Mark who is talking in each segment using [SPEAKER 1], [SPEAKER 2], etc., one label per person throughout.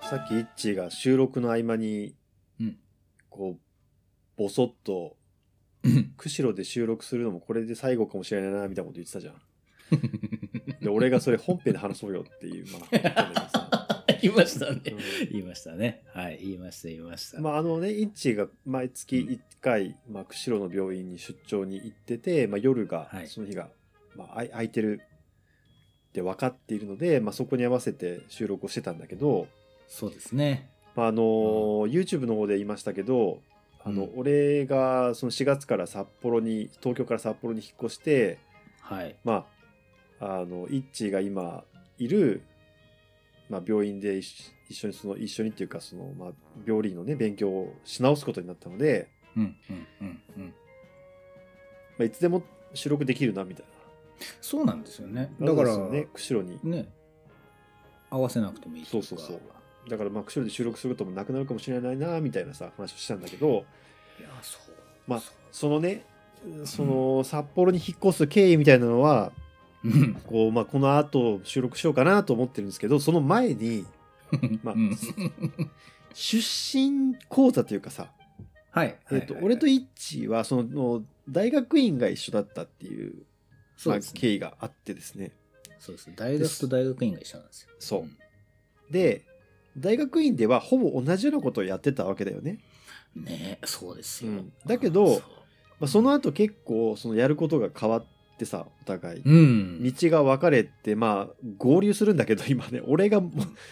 [SPEAKER 1] さっきイッチーが収録の合間に、
[SPEAKER 2] うん
[SPEAKER 1] こう、ぼそっと、釧路で収録するのもこれで最後かもしれないな、みたいなこと言ってたじゃん。で、俺がそれ本編で話そうよっていう、まあ、言 ったんだけどさ
[SPEAKER 2] 言いました
[SPEAKER 1] うん
[SPEAKER 2] ね。言いましたね。はい、言いました、言いました。
[SPEAKER 1] まあ、あのね、イッチーが毎月1回、まあ、釧路の病院に出張に行ってて、まあ、夜が
[SPEAKER 2] は、い
[SPEAKER 1] その日が、まあ、あい空いてるって分かっているので、まあ、そこに合わせて収録をしてたんだけど、
[SPEAKER 2] そうですね。
[SPEAKER 1] まああのー YouTube の方で言いましたけどあの、
[SPEAKER 2] うん
[SPEAKER 1] 俺がその4月から札幌に東京から札幌に引っ越して
[SPEAKER 2] はい。
[SPEAKER 1] まああのイッチーが今いる、まあ、病院で一緒一緒にその一緒にっていうかその、まあ、病理のね勉強をし直すことになったので、
[SPEAKER 2] うん、うん、うん、うん。
[SPEAKER 1] まあ、いつでも収録できるなみたい
[SPEAKER 2] そうなんですよね。
[SPEAKER 1] な
[SPEAKER 2] だから、
[SPEAKER 1] そうですよ
[SPEAKER 2] ね
[SPEAKER 1] ね、釧路に
[SPEAKER 2] 合わせなくてもいいというか
[SPEAKER 1] そうそうそうだからまあ釧路で収録することもなくなるかもしれないなみたいなさ話をしたんだけど
[SPEAKER 2] いや、そう。
[SPEAKER 1] まあ
[SPEAKER 2] そう
[SPEAKER 1] そのねその札幌に引っ越す経緯みたいなのは
[SPEAKER 2] うん
[SPEAKER 1] こう、まあ、この後収録しようかなと思ってるんですけど、その前に、まあ
[SPEAKER 2] うん
[SPEAKER 1] 出身講座というかさ、
[SPEAKER 2] はい。
[SPEAKER 1] えっ、と、俺と
[SPEAKER 2] い
[SPEAKER 1] イッチは、その、大学院が一緒だったっていう、
[SPEAKER 2] そ
[SPEAKER 1] ま
[SPEAKER 2] う
[SPEAKER 1] あ、
[SPEAKER 2] ですね。
[SPEAKER 1] 経緯があってですね。
[SPEAKER 2] そうです。大学と大学院が一緒なんですよ。
[SPEAKER 1] そう
[SPEAKER 2] うん
[SPEAKER 1] で、大学院ではほぼ同じようなことをやってたわけだよね。
[SPEAKER 2] ねそうですよ。
[SPEAKER 1] うんだけど
[SPEAKER 2] そう
[SPEAKER 1] まあ、その後結構、そのやることが変わってさ、お互い。
[SPEAKER 2] うん。
[SPEAKER 1] 道が分かれて、まあ、合流するんだけど、今ね、俺が、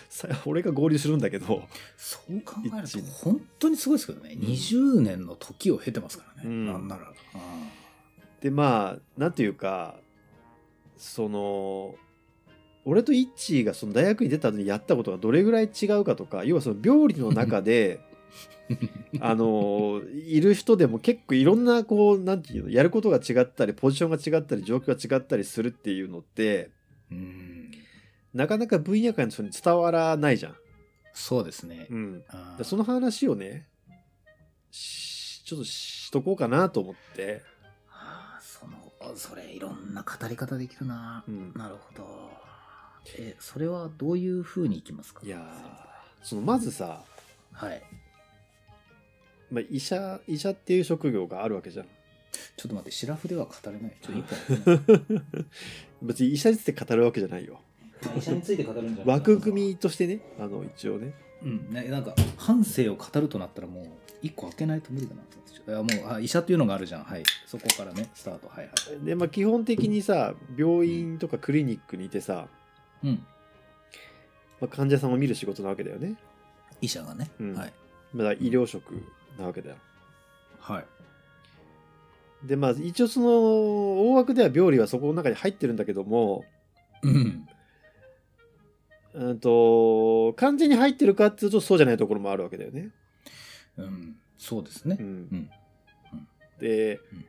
[SPEAKER 1] さ俺が合流するんだけど、
[SPEAKER 2] そう考える
[SPEAKER 1] 一
[SPEAKER 2] と
[SPEAKER 1] 年
[SPEAKER 2] 本当にすごいですけどね、
[SPEAKER 1] ん
[SPEAKER 2] 20年の時を経てますからね、
[SPEAKER 1] うん
[SPEAKER 2] なんなら、うん
[SPEAKER 1] でまあなんていうかその俺とイッチーがその大学に出た後にやったことがどれぐらい違うかとか要はその病理の中 であのいる人でも結構いろんなこうなんていうのやることが違ったりポジションが違ったり状況が違ったりするっていうのって
[SPEAKER 2] うん
[SPEAKER 1] なかなか分野間の人に伝わらないじゃん。
[SPEAKER 2] そうですね、
[SPEAKER 1] うん、
[SPEAKER 2] あー
[SPEAKER 1] でその話をねしちょっとしとこうかなと思って。
[SPEAKER 2] あーそのそれいろんな語り方できるな、
[SPEAKER 1] うん
[SPEAKER 2] なるほどえそれはどういうふうにいきますか
[SPEAKER 1] いやーそのまずさ
[SPEAKER 2] はい
[SPEAKER 1] まあ、医者医者っていう職業があるわけじゃん
[SPEAKER 2] ちょっと待ってシラフでは語れないちょっと 一
[SPEAKER 1] 別に医者について語るわけじゃないよ
[SPEAKER 2] 本医者について語るんじゃない
[SPEAKER 1] 枠組みとしてねあの一応ね
[SPEAKER 2] うん、ねなんか半生を語るとなったらもう一個開けないと無理だなと思ってちょいやもうあ医者っていうのがあるじゃんはいそこからねスタートはいはい
[SPEAKER 1] で、まあ、基本的にさ病院とかクリニックにいてさ、
[SPEAKER 2] うん
[SPEAKER 1] まあ、患者さんを見る仕事なわけだよね、
[SPEAKER 2] 医者がね、
[SPEAKER 1] うん
[SPEAKER 2] はい
[SPEAKER 1] まあ、だから医療職なわけだよ
[SPEAKER 2] はい
[SPEAKER 1] でまあ一応その大枠では病理はそこの中に入ってるんだけども
[SPEAKER 2] うん
[SPEAKER 1] うんと完全に入ってるかっていうとそうじゃないところもあるわけだよね
[SPEAKER 2] うん、そうですね
[SPEAKER 1] う。ん
[SPEAKER 2] うん
[SPEAKER 1] で
[SPEAKER 2] うん、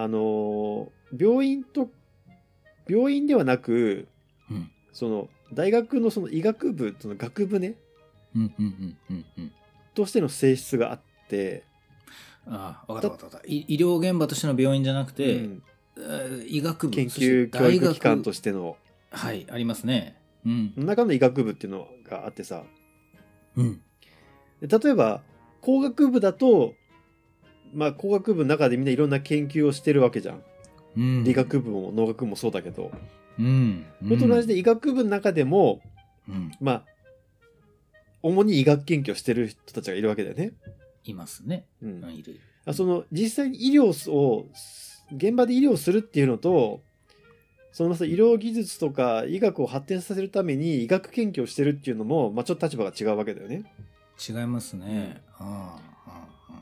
[SPEAKER 1] あのー病院と病院ではなく
[SPEAKER 2] うん、
[SPEAKER 1] その大学のその医学部その学部ね
[SPEAKER 2] うん、うん、うん、うん。
[SPEAKER 1] としての性質があって、
[SPEAKER 2] ああ、分かった分かった分かった。い医療現場としての病院じゃなくて、
[SPEAKER 1] うん
[SPEAKER 2] えー医学部
[SPEAKER 1] 研究教育機関と
[SPEAKER 2] して
[SPEAKER 1] しての
[SPEAKER 2] 大学。はい、ありますね。うん。
[SPEAKER 1] 中の医学部っていうのがあってさ
[SPEAKER 2] うん。
[SPEAKER 1] で例えば工学部だとまあ工学部の中でみんないろんな研究をしてるわけじゃん
[SPEAKER 2] うん、
[SPEAKER 1] 理学部も農学部もそうだけど、
[SPEAKER 2] うん。
[SPEAKER 1] それと同じ
[SPEAKER 2] で。
[SPEAKER 1] で医学部の中でも
[SPEAKER 2] うん。
[SPEAKER 1] まあ、主に医学研究をしてる人たちがいるわけだよね。
[SPEAKER 2] いますね。
[SPEAKER 1] う
[SPEAKER 2] うんん、いる。
[SPEAKER 1] あその実際に医療を、現場で医療をするっていうのと、そのその医療技術とか医学を発展させるために医学研究をしてるっていうのも、まあ、ちょっと立場が違うわけだよね。
[SPEAKER 2] 違いますね。ああ、あ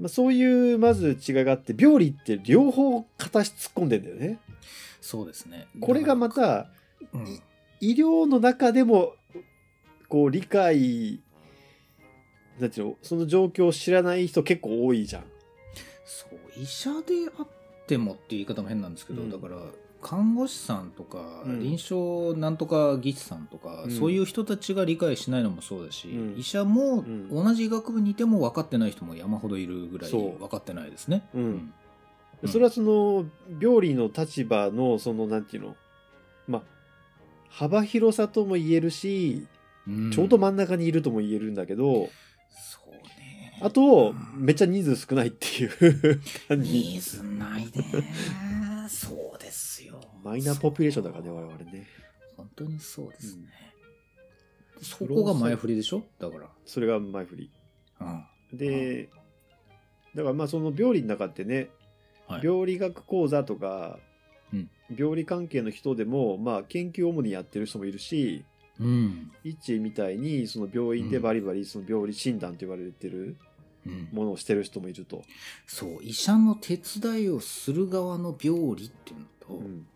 [SPEAKER 1] まあ、そういうまず違いがあって病理って両方形突っ込んでんだよね。
[SPEAKER 2] あ、そうですね。
[SPEAKER 1] これがま
[SPEAKER 2] だか
[SPEAKER 1] た
[SPEAKER 2] ら、うん、
[SPEAKER 1] 医療の中でもこう理解なんていうのその状況を知らない人結構多いじゃん。
[SPEAKER 2] そう医者であってもっていう言い方も変なんですけど、
[SPEAKER 1] うん
[SPEAKER 2] だから看護師さんとか、
[SPEAKER 1] うん
[SPEAKER 2] 臨床なんとか技師さんとか、
[SPEAKER 1] うん
[SPEAKER 2] そういう人たちが理解しないのもそうだし、
[SPEAKER 1] うん
[SPEAKER 2] 医者も
[SPEAKER 1] ん
[SPEAKER 2] 同じ医学部にいても分かってない人も山ほどいるぐらい
[SPEAKER 1] そう
[SPEAKER 2] 分かってないですね。
[SPEAKER 1] うん
[SPEAKER 2] うん
[SPEAKER 1] それはその病理の立場のそのなんていうのまあ幅広さとも言えるし、
[SPEAKER 2] うん
[SPEAKER 1] ちょうど真ん中にいるとも言えるんだけど、
[SPEAKER 2] そうね
[SPEAKER 1] あと、めっちゃ人数少ないっていう 単に、
[SPEAKER 2] ニーズないねそうですよ
[SPEAKER 1] マイナーポピュレーションだからね、我々ね。
[SPEAKER 2] 本当にそうですね、そこが前振りでしょだから
[SPEAKER 1] それが前振り。
[SPEAKER 2] うん
[SPEAKER 1] で、だからまあその病理の中ってね、
[SPEAKER 2] はい
[SPEAKER 1] 病理学講座とか、
[SPEAKER 2] うん
[SPEAKER 1] 病理関係の人でも、まあ、研究を主にやってる人もいるし、
[SPEAKER 2] うん
[SPEAKER 1] イッチみたいにその病院でバリバリその病理診断と言われてる
[SPEAKER 2] うん
[SPEAKER 1] ものをしてる人もいると。
[SPEAKER 2] そう医者の手伝いをする側の病理っていうのと、
[SPEAKER 1] うん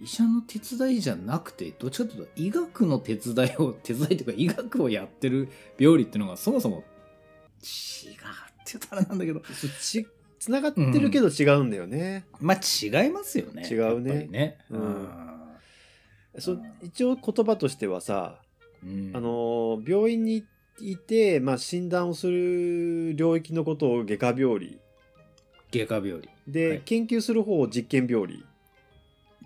[SPEAKER 2] 医者の手伝いじゃなくてどっちかというと医学の手伝いを手伝いというか医学をやってる病理っていうのがそもそも違うって言うとあれなんだけど
[SPEAKER 1] そうちつながってるけど違うんだよね。
[SPEAKER 2] まあ違いますよね
[SPEAKER 1] 違うね
[SPEAKER 2] やっぱりね、
[SPEAKER 1] うん
[SPEAKER 2] うん
[SPEAKER 1] そう
[SPEAKER 2] うん
[SPEAKER 1] 一応言葉としてはさ、
[SPEAKER 2] うん
[SPEAKER 1] あの病院にいて、まあ、診断をする領域のことを外科病理
[SPEAKER 2] 外科病理
[SPEAKER 1] で、
[SPEAKER 2] はい
[SPEAKER 1] 研究する方を実験病理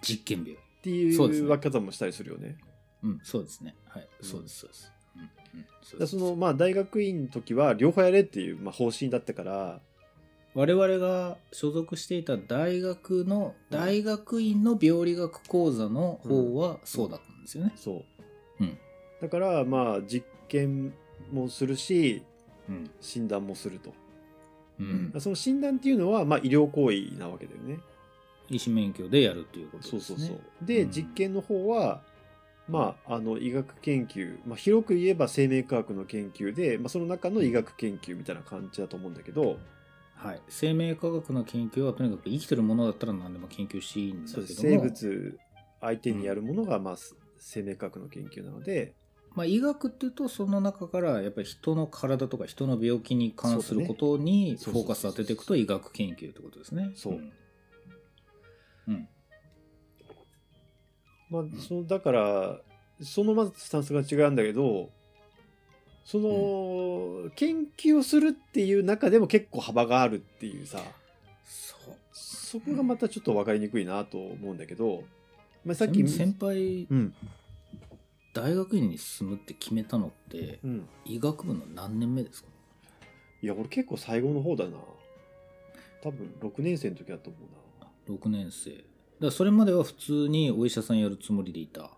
[SPEAKER 2] 実験病理
[SPEAKER 1] ってい
[SPEAKER 2] そうですね
[SPEAKER 1] う分け方もしたりするよね。
[SPEAKER 2] うんそうですねはい、
[SPEAKER 1] うん
[SPEAKER 2] そうですそうです、うんうん、そ
[SPEAKER 1] だ
[SPEAKER 2] う
[SPEAKER 1] か
[SPEAKER 2] で
[SPEAKER 1] ら
[SPEAKER 2] す
[SPEAKER 1] そのまあ大学院の時は両方やれっていう、まあ、方針だったから
[SPEAKER 2] 我々が所属していた大学の
[SPEAKER 1] うん
[SPEAKER 2] 大学院の病理学講座の方はそうだったんですよね。
[SPEAKER 1] そう、
[SPEAKER 2] うん
[SPEAKER 1] だからまあ実験もするし
[SPEAKER 2] うん。
[SPEAKER 1] 診断もするとだか
[SPEAKER 2] うん
[SPEAKER 1] ら。その診断っていうのはまあ医療行為なわけだよね
[SPEAKER 2] 医師免許でやるということです
[SPEAKER 1] そう
[SPEAKER 2] ね。
[SPEAKER 1] そうそうで、
[SPEAKER 2] うん
[SPEAKER 1] 実験の方はまああの医学研究、まあ、広く言えば生命科学の研究で、まあ、その中の医学研究みたいな感じだと思うんだけど、
[SPEAKER 2] はい。生命科学の研究はとにかく生きてるものだったら何でも研究していいんだけ
[SPEAKER 1] そ
[SPEAKER 2] ど
[SPEAKER 1] う
[SPEAKER 2] も
[SPEAKER 1] です生物相手にやるものが、まあ、生命科学の研究なので
[SPEAKER 2] まあ、医学っていうとその中からやっぱり人の体とか人の病気に関することに
[SPEAKER 1] そ
[SPEAKER 2] フ
[SPEAKER 1] うだね
[SPEAKER 2] ォーカス当てていくと医学研究ってことですね。。
[SPEAKER 1] そうん
[SPEAKER 2] うん。
[SPEAKER 1] まあ、そのだからそのまずスタンスが違うんだけどその、研究をするっていう中でも結構幅があるっていうさ
[SPEAKER 2] そう。
[SPEAKER 1] そこがまたちょっと分かりにくいなと思うんだけど、まあ、さっき
[SPEAKER 2] 先輩
[SPEAKER 1] うん
[SPEAKER 2] 大学院に進むって決めたのって
[SPEAKER 1] うん
[SPEAKER 2] 医学部の何年目ですか
[SPEAKER 1] いや俺結構最後の方だな多分6年生の時だと思うな
[SPEAKER 2] ?6 年生だからそれまでは普通にお医者さんやるつもりでいた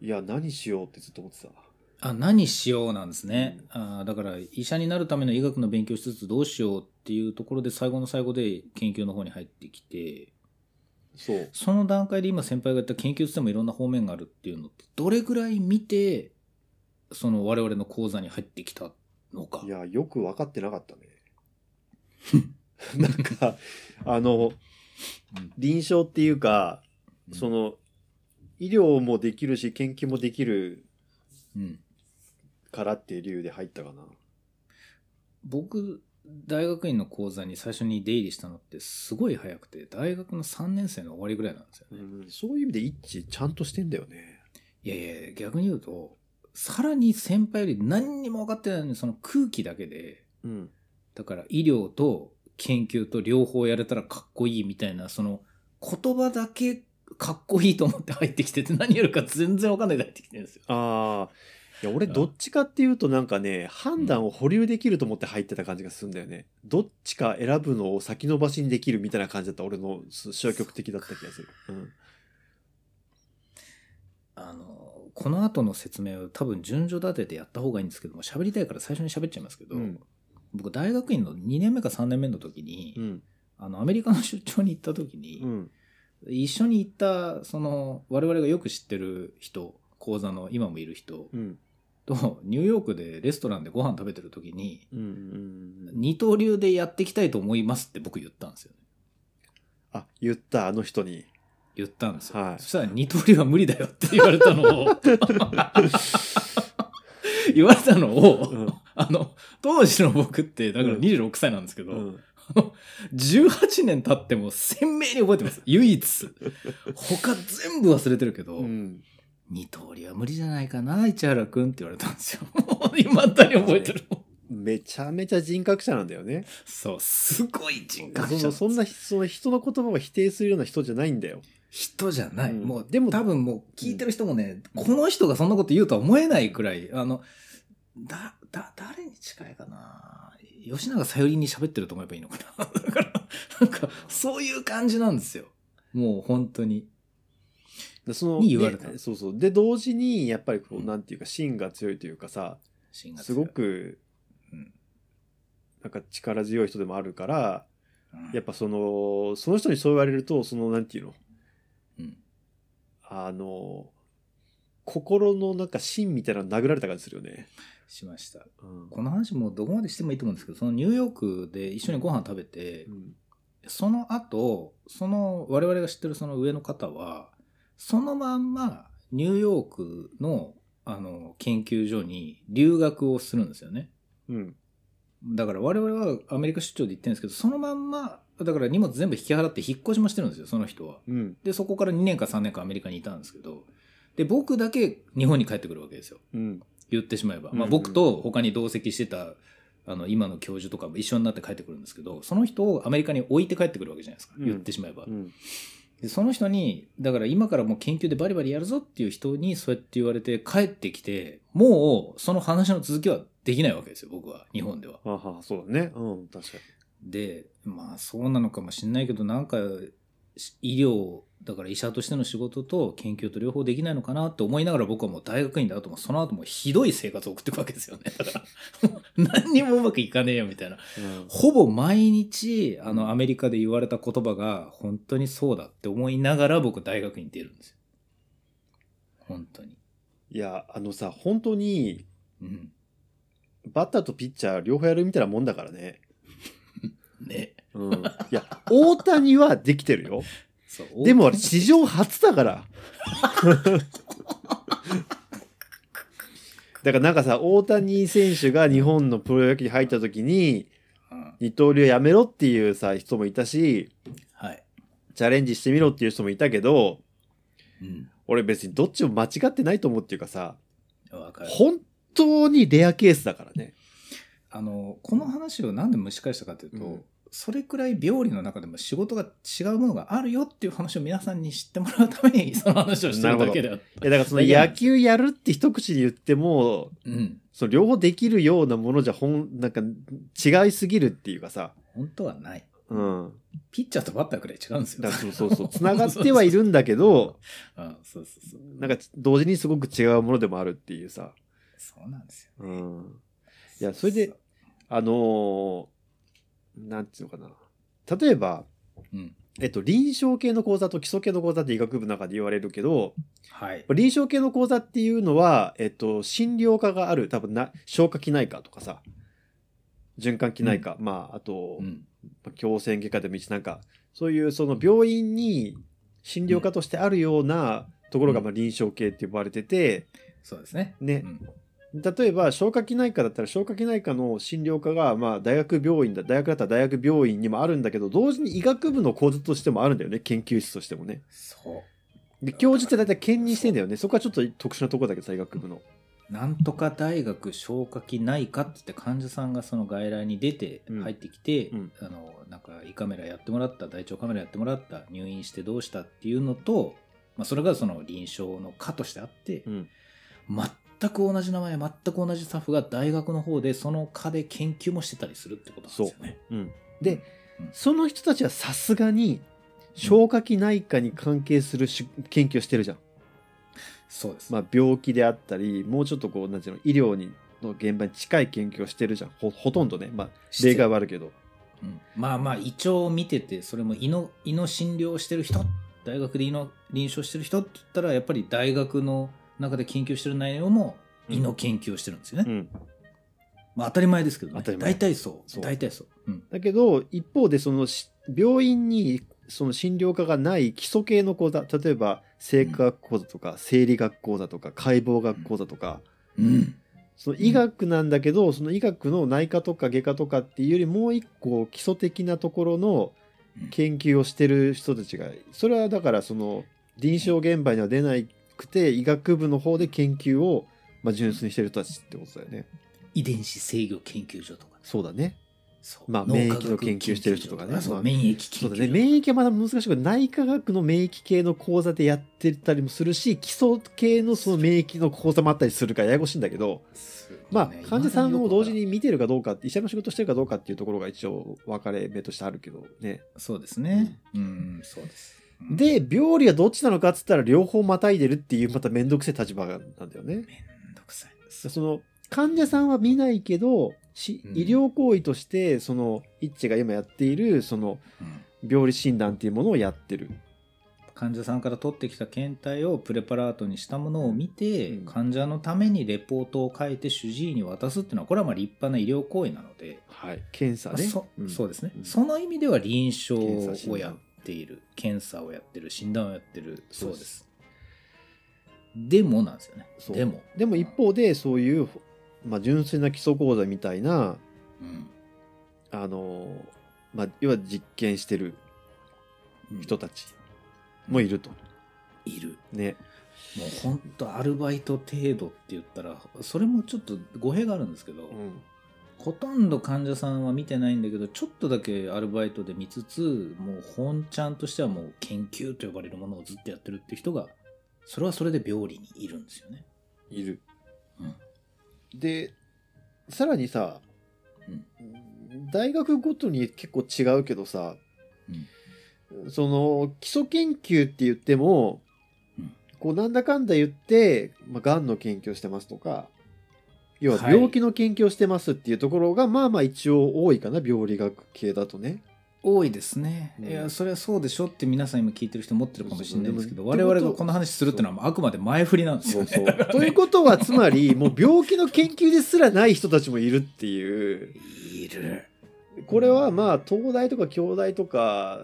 [SPEAKER 1] いや何しようってずっと思ってた
[SPEAKER 2] あ何しようなんですね、あーだから医者になるための医学の勉強しつつどうしようっていうところで最後の最後で研究の方に入ってきて
[SPEAKER 1] そう
[SPEAKER 2] その段階で今先輩が言った研究つってもいろんな方面があるっていうのってどれぐらい見てその我々の講座に入ってきたのか
[SPEAKER 1] いやよく分かってなかったね なんかあの
[SPEAKER 2] うん
[SPEAKER 1] 臨床っていうか
[SPEAKER 2] うん
[SPEAKER 1] その医療もできるし研究もできる
[SPEAKER 2] うん
[SPEAKER 1] からっていう理由で入ったかな。
[SPEAKER 2] 僕大学院の講座に最初に出入りしたのってすごい早くて大学の3年生の終わりぐらいなんですよね、
[SPEAKER 1] そういう意味で一致ちゃんとしてんだよね。
[SPEAKER 2] いやいや逆に言うとさらに先輩より何にも分かってないのにその空気だけで
[SPEAKER 1] うん。
[SPEAKER 2] だから医療と研究と両方やれたらかっこいいみたいなその言葉だけかっこいいと思って入ってきてて何やるか全然分かんないで入ってきてるんですよ
[SPEAKER 1] ああ。いや、俺どっちかっていうとなんかね、判断を保留できると思って入ってた感じがするんだよね。どっちか選ぶのを先延ばしにできるみたいな感じだった俺の消極的だった気がする。うん。
[SPEAKER 2] あのこの後の説明を多分順序立ててやった方がいいんですけども喋りたいから最初に喋っちゃいますけど、
[SPEAKER 1] うん
[SPEAKER 2] 僕大学院の2年目か3年目の時に、
[SPEAKER 1] うん。
[SPEAKER 2] あのアメリカの出張に行った時に、
[SPEAKER 1] うん。
[SPEAKER 2] 一緒に行ったその我々がよく知ってる人講座の今もいる人
[SPEAKER 1] うん。
[SPEAKER 2] とニューヨークでレストランでご飯食べてる時に
[SPEAKER 1] うん。うん。
[SPEAKER 2] 二刀流でやっていきたいと思いますって僕言ったんですよね
[SPEAKER 1] あ、言った、あの人に。
[SPEAKER 2] 言ったんですよ、
[SPEAKER 1] はい
[SPEAKER 2] そしたら二刀流は無理だよって言われ たのを言われたのを、
[SPEAKER 1] うん。
[SPEAKER 2] あの当時の僕ってだから
[SPEAKER 1] うん
[SPEAKER 2] 26歳なんですけど、
[SPEAKER 1] うん。
[SPEAKER 2] 18年経っても鮮明に覚え てます唯一他全部忘れてるけど、
[SPEAKER 1] うん。
[SPEAKER 2] 二刀流は無理じゃないかな市原君って言われたんですよ今だに覚えてるもん
[SPEAKER 1] めめちゃめちゃ人格者なんだよね。
[SPEAKER 2] そう、すごい人格
[SPEAKER 1] そ
[SPEAKER 2] 者
[SPEAKER 1] のそんなその人の言葉を否定するような人じゃないんだよ。
[SPEAKER 2] 人じゃない。
[SPEAKER 1] うん
[SPEAKER 2] もう、
[SPEAKER 1] でも
[SPEAKER 2] 多分もう聞いてる人もね、この人がそんなこと言うとは思えないくらい、あの、だ、だ、誰に近いかな吉永さゆりに喋ってると思えばいいのかな だから、なんか、そういう感じなんですよ。もう本当に。
[SPEAKER 1] でその
[SPEAKER 2] に言われた
[SPEAKER 1] でそうそうで同時にやっぱりこう、
[SPEAKER 2] うん
[SPEAKER 1] なんていうか芯が強いというかさ
[SPEAKER 2] 芯が
[SPEAKER 1] す
[SPEAKER 2] 強い
[SPEAKER 1] ご、く
[SPEAKER 2] うん
[SPEAKER 1] なんか力強い人でもあるから
[SPEAKER 2] うん
[SPEAKER 1] やっぱそのその人にそう言われるとそのなんていうの
[SPEAKER 2] うん
[SPEAKER 1] あの心のなんか芯みたいなの殴られた感じするよね。
[SPEAKER 2] しました。
[SPEAKER 1] うん
[SPEAKER 2] この話もどこまでしてもいいと思うんですけど、そのニューヨークで一緒にご飯食べて、
[SPEAKER 1] うん
[SPEAKER 2] その後、その我々が知ってるその上の方は、そのまんまニューヨークのあの研究所に留学をするんですよね。
[SPEAKER 1] うん
[SPEAKER 2] だから我々はアメリカ出張で行ってるんですけど、そのまんま、だから荷物全部引き払って引っ越しもしてるんですよ、その人は。
[SPEAKER 1] うん
[SPEAKER 2] で、そこから2年か3年かアメリカにいたんですけど、で、僕だけ日本に帰ってくるわけですよ。
[SPEAKER 1] うん
[SPEAKER 2] 言ってしまえば、
[SPEAKER 1] うん
[SPEAKER 2] ま
[SPEAKER 1] う
[SPEAKER 2] あ、
[SPEAKER 1] ん
[SPEAKER 2] 僕と他に同席してたあの今の教授とかも一緒になって帰ってくるんですけどその人をアメリカに置いて帰ってくるわけじゃないですか、
[SPEAKER 1] うん
[SPEAKER 2] 言ってしまえば、
[SPEAKER 1] うん
[SPEAKER 2] でその人にだから今からもう研究でバリバリやるぞっていう人にそうやって言われて帰ってきてもうその話の続きはできないわけですよ僕は日本では
[SPEAKER 1] あはそうだねうん確か
[SPEAKER 2] でまあそうなのかもしれないけどなんかし医療だから医者としての仕事と研究と両方できないのかなって思いながら僕はもう大学院だともその後もひどい生活を送っていくわけですよねだからもう何にもうまくいかねえよみたいな
[SPEAKER 1] に、うん
[SPEAKER 2] ほぼ毎日あのアメリカで言われた言葉が本当にそうだって思いながら僕大学院出るんですよ本当に
[SPEAKER 1] いやあのさ本当に
[SPEAKER 2] うん
[SPEAKER 1] バッターとピッチャー両方やるみたいなもんだからね。
[SPEAKER 2] ね
[SPEAKER 1] うん、いや大谷はできてるよ。
[SPEAKER 2] そう
[SPEAKER 1] でもあれ史上初だ から。だからなんかさ大谷選手が日本のプロ野球に入った時に
[SPEAKER 2] うん
[SPEAKER 1] 二刀流やめろっていうさ人もいたし
[SPEAKER 2] はい、
[SPEAKER 1] チャレンジしてみろっていう人もいたけど
[SPEAKER 2] うん、
[SPEAKER 1] 俺別にどっちも間違ってないと思うっていうかさ
[SPEAKER 2] わかる
[SPEAKER 1] 本当にレアケースだからね。
[SPEAKER 2] あのこの話をなんで蒸し返したかというと、
[SPEAKER 1] うん
[SPEAKER 2] それくらい病理の中でも仕事が違うものがあるよっていう話を皆さんに知ってもらうため にその話をしてるだけであって
[SPEAKER 1] いやだからその野球やるって一口で言っても
[SPEAKER 2] うん、
[SPEAKER 1] その両方できるようなものじゃほんなんか違いすぎるっていうかさ。
[SPEAKER 2] 本当はない
[SPEAKER 1] うん
[SPEAKER 2] ピッチャーとバッターくらい違うんですよ
[SPEAKER 1] だ そうそうそう。つながってはいるんだけど、
[SPEAKER 2] うんそうそうそう
[SPEAKER 1] なんか同時にすごく違うものでもあるっていうさ。
[SPEAKER 2] そうなんですよ
[SPEAKER 1] うん。いやそれであのーなんていうのかな。例えば、
[SPEAKER 2] うん
[SPEAKER 1] えっと、臨床系の講座と基礎系の講座って医学部の中で言われるけど、
[SPEAKER 2] はい
[SPEAKER 1] 臨床系の講座っていうのは、えっと、診療科がある、多分な、消化器内科とかさ、循環器内科、まあ、あと、
[SPEAKER 2] うん
[SPEAKER 1] まあ強制外科でもいいしなんかそういうその病院に診療科としてあるようなところが
[SPEAKER 2] うん
[SPEAKER 1] まあ臨床系って呼ばれてて、
[SPEAKER 2] そうですね
[SPEAKER 1] ね
[SPEAKER 2] う、ん
[SPEAKER 1] 例えば消化器内科だったら消化器内科の診療科がまあ大学病院だ大学だったら大学病院にもあるんだけど同時に医学部の講座としてもあるんだよね研究室としてもね
[SPEAKER 2] そ
[SPEAKER 1] で教授って大体兼任してんだよねそこはちょっと特殊なところだけどさ医学部の
[SPEAKER 2] うなんとか大学消化器内科って言って患者さんがその外来に出て
[SPEAKER 1] うん
[SPEAKER 2] 入ってきて、
[SPEAKER 1] うん
[SPEAKER 2] あのなんか胃カメラやってもらった大腸カメラやってもらった入院してどうしたっていうのと、まあ、それがその臨床の科としてあって、
[SPEAKER 1] うん
[SPEAKER 2] 全く同じ名前全く同じスタッフが大学の方でその科で研究もしてたりするってことなんですよね。
[SPEAKER 1] うんでその人たちはさすがに消化器内科に関係するし研究をしてるじゃん
[SPEAKER 2] そうです、
[SPEAKER 1] まあ、病気であったりもうちょっとこうなんていうの医療にの現場に近い研究をしてるじゃんほほとんどね、まあ、
[SPEAKER 2] して
[SPEAKER 1] 例外はあるけど
[SPEAKER 2] うんまあまあ胃腸を見ててそれも胃の胃の診療をしてる人大学で胃の臨床してる人って言ったらやっぱり大学の中で研究してる内容も胃の研究をしてるんですよね、
[SPEAKER 1] うん、
[SPEAKER 2] まあ、当たり前ですけどね
[SPEAKER 1] 当たり前
[SPEAKER 2] 大体そう
[SPEAKER 1] そう
[SPEAKER 2] 大体そう、うん
[SPEAKER 1] だけど一方でそのし病院にその診療科がない基礎系の講座例えば生化学講座とか生理学講座とか解剖学講座とか、
[SPEAKER 2] うん
[SPEAKER 1] その医学なんだけど、その医学の内科とか外科とかっていうよりもう一個基礎的なところの研究をしてる人たちがそれはだからその臨床現場には出なくて医学部の方で研究をまあ純粋にしてる人たちってことだよね。
[SPEAKER 2] 遺伝子制御研究所とか、
[SPEAKER 1] そうだね。
[SPEAKER 2] そう
[SPEAKER 1] まあ
[SPEAKER 2] 脳科
[SPEAKER 1] 免
[SPEAKER 2] 学
[SPEAKER 1] 疫の研究してる人とかね
[SPEAKER 2] 研究所そ
[SPEAKER 1] まあ
[SPEAKER 2] う免疫
[SPEAKER 1] そ
[SPEAKER 2] 研
[SPEAKER 1] うだ
[SPEAKER 2] 究
[SPEAKER 1] ね。免疫はまだ難しいけど、内科学の免疫系の講座でやってたりもするし、基礎系のその免疫の講座もあったりするからややこしいんだけど、まあ、患者さんを同時に見てるかどうか、医者の仕事してるかどうかっていうところが一応分かれ目としてあるけどね。
[SPEAKER 2] そうですねうんそうですうん
[SPEAKER 1] で、病理はどっちなのかっつったら両方またいでるっていうまためんどくせえ立場なんだよね。
[SPEAKER 2] めんどくさい
[SPEAKER 1] その患者さんは見ないけど、し
[SPEAKER 2] うん
[SPEAKER 1] 医療行為としてそのイッチが今やっているその
[SPEAKER 2] うん
[SPEAKER 1] 病理診断っていうものをやってる。
[SPEAKER 2] 患者さんから取ってきた検体をプレパラートにしたものを見て、
[SPEAKER 1] うん
[SPEAKER 2] 患者のためにレポートを書いて主治医に渡すっていうのはこれはまあ立派な医療行為なので、
[SPEAKER 1] はい、検査
[SPEAKER 2] まあ
[SPEAKER 1] ね。
[SPEAKER 2] そ
[SPEAKER 1] ん
[SPEAKER 2] そうですね、
[SPEAKER 1] うん
[SPEAKER 2] その意味では臨床
[SPEAKER 1] 検査診断
[SPEAKER 2] をやっている検査をやってる診断をやってる
[SPEAKER 1] そ
[SPEAKER 2] そうう
[SPEAKER 1] で
[SPEAKER 2] ですすでもなんですよね
[SPEAKER 1] そう
[SPEAKER 2] でも、
[SPEAKER 1] でも一方でそういう、まあ、純粋な基礎講座みたいな、
[SPEAKER 2] うん
[SPEAKER 1] あのまあ、要は実験してる
[SPEAKER 2] うん
[SPEAKER 1] 人たちもいると。
[SPEAKER 2] いる
[SPEAKER 1] ね。
[SPEAKER 2] もうほんとアルバイト程度って言ったらそれもちょっと語弊があるんですけど、
[SPEAKER 1] うん
[SPEAKER 2] ほとんど患者さんは見てないんだけどちょっとだけアルバイトで見つつもう本ちゃんとしてはもう研究と呼ばれるものをずっとやってるって人がそれはそれで病理にいるんですよね。
[SPEAKER 1] いる。
[SPEAKER 2] うん
[SPEAKER 1] でさらにさ、
[SPEAKER 2] うん
[SPEAKER 1] 大学ごとに結構違うけどさ、その基礎研究って言っても、
[SPEAKER 2] うん
[SPEAKER 1] こうなんだかんだ言って、まあ、がんの研究をしてますとか要は
[SPEAKER 2] はい
[SPEAKER 1] 病気の研究をしてますっていうところが、まあまあ一応多いかな病理学系だとね。
[SPEAKER 2] 多いですね、
[SPEAKER 1] うん
[SPEAKER 2] いやそれはそうでしょって皆さん今聞いてる人持ってるかもしれないですけ
[SPEAKER 1] そ
[SPEAKER 2] ど
[SPEAKER 1] うそう
[SPEAKER 2] 我
[SPEAKER 1] でも
[SPEAKER 2] 々がこの話するってのはもうあくまで前振りなんですよね。
[SPEAKER 1] ということはつまりもう病気の研究ですらない人たちもいるっていう。
[SPEAKER 2] いる
[SPEAKER 1] これはまあ東大とか京大とか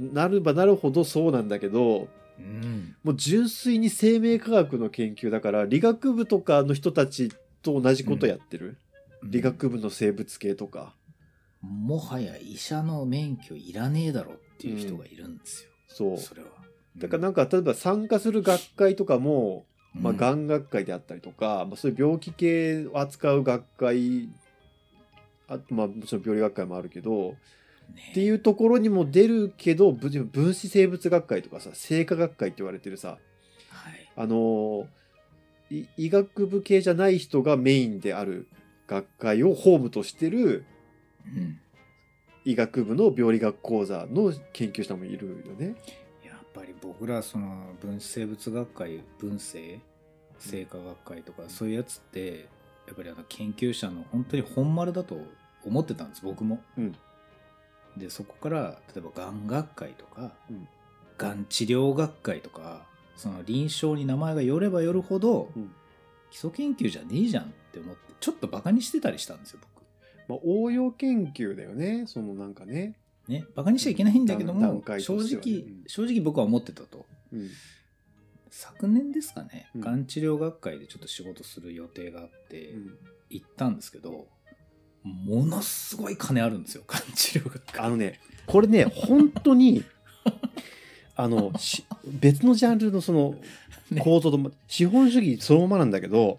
[SPEAKER 1] なればなるほどそうなんだけど
[SPEAKER 2] うん
[SPEAKER 1] もう純粋に生命科学の研究だから理学部とかの人たちと同じことやってる、理学部の生物系とか
[SPEAKER 2] もはや医者の免許いらねえだろっていう人がいるんですよ、
[SPEAKER 1] そう
[SPEAKER 2] それは。
[SPEAKER 1] だからなんか例えば参加する学会とかも、まあ、
[SPEAKER 2] が
[SPEAKER 1] がん学会であったりとか、まあ、そういう病気系を扱う学会あとまあもちろん病理学会もあるけどっていうところにも出るけどぶ分子生物学会とかさ生化学会って言われてるさ
[SPEAKER 2] はい
[SPEAKER 1] あのーい医学部系じゃない人がメインである学会をホームとしてる
[SPEAKER 2] うん
[SPEAKER 1] 医学部の病理学講座の研究者もいるよね。
[SPEAKER 2] やっぱり僕らその分子生物学会分生生化学会とかそういうやつってやっぱりあの研究者の本当に本丸だと思ってたんです僕も、
[SPEAKER 1] うん
[SPEAKER 2] でそこから例えばがん学会とか、
[SPEAKER 1] うん
[SPEAKER 2] がん治療学会とかその臨床に名前が寄れば寄るほど、
[SPEAKER 1] うん
[SPEAKER 2] 基礎研究じゃねえじゃんって思ってちょっとバカにしてたりしたんですよ僕
[SPEAKER 1] まあ、応用研究だよね、そのなんかね。
[SPEAKER 2] ねバカにしちゃいけないんだけど
[SPEAKER 1] 段
[SPEAKER 2] も、
[SPEAKER 1] 階
[SPEAKER 2] 正
[SPEAKER 1] としてはね
[SPEAKER 2] 直
[SPEAKER 1] うん
[SPEAKER 2] 正直僕は思ってたと、
[SPEAKER 1] うん
[SPEAKER 2] 昨年ですかね、
[SPEAKER 1] うん
[SPEAKER 2] がん治療学会でちょっと仕事する予定があって
[SPEAKER 1] うん
[SPEAKER 2] 行ったんですけど、ものすごい金あるんですよ がん治療学会
[SPEAKER 1] あのね、これね、本当 に、あの、し別のジャンルのその
[SPEAKER 2] ね
[SPEAKER 1] 構造とも、資本主義そのままなんだけど、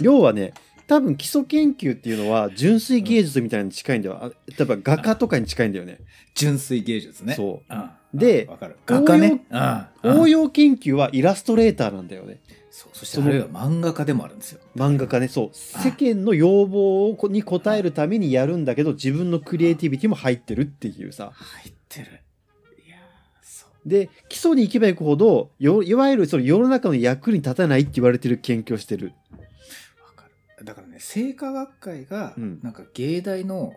[SPEAKER 1] 要はね、多分基礎研究っていうのは純粋芸術みたいに近いんだよ。あ例えば画家とかに近いんだよね。
[SPEAKER 2] 純粋芸術ね
[SPEAKER 1] そう。
[SPEAKER 2] うん
[SPEAKER 1] で
[SPEAKER 2] うんわかる画家ねうん
[SPEAKER 1] 応
[SPEAKER 2] うん
[SPEAKER 1] 用研究はイラストレーターなんだよね。
[SPEAKER 2] そうそしてあるいは漫画家でもあるんですよ
[SPEAKER 1] 漫画家ね、そう。
[SPEAKER 2] あ
[SPEAKER 1] 世間の要望をこに応えるためにやるんだけど、自分のクリエイティビティも入ってるっていうさ。
[SPEAKER 2] 入ってるいやーそう
[SPEAKER 1] で、基礎に行けば行くほど、よいわゆるその世の中の役に立たないって言われてる研究をしてる。
[SPEAKER 2] わかるだからね清華学会が
[SPEAKER 1] うん
[SPEAKER 2] なんか芸大の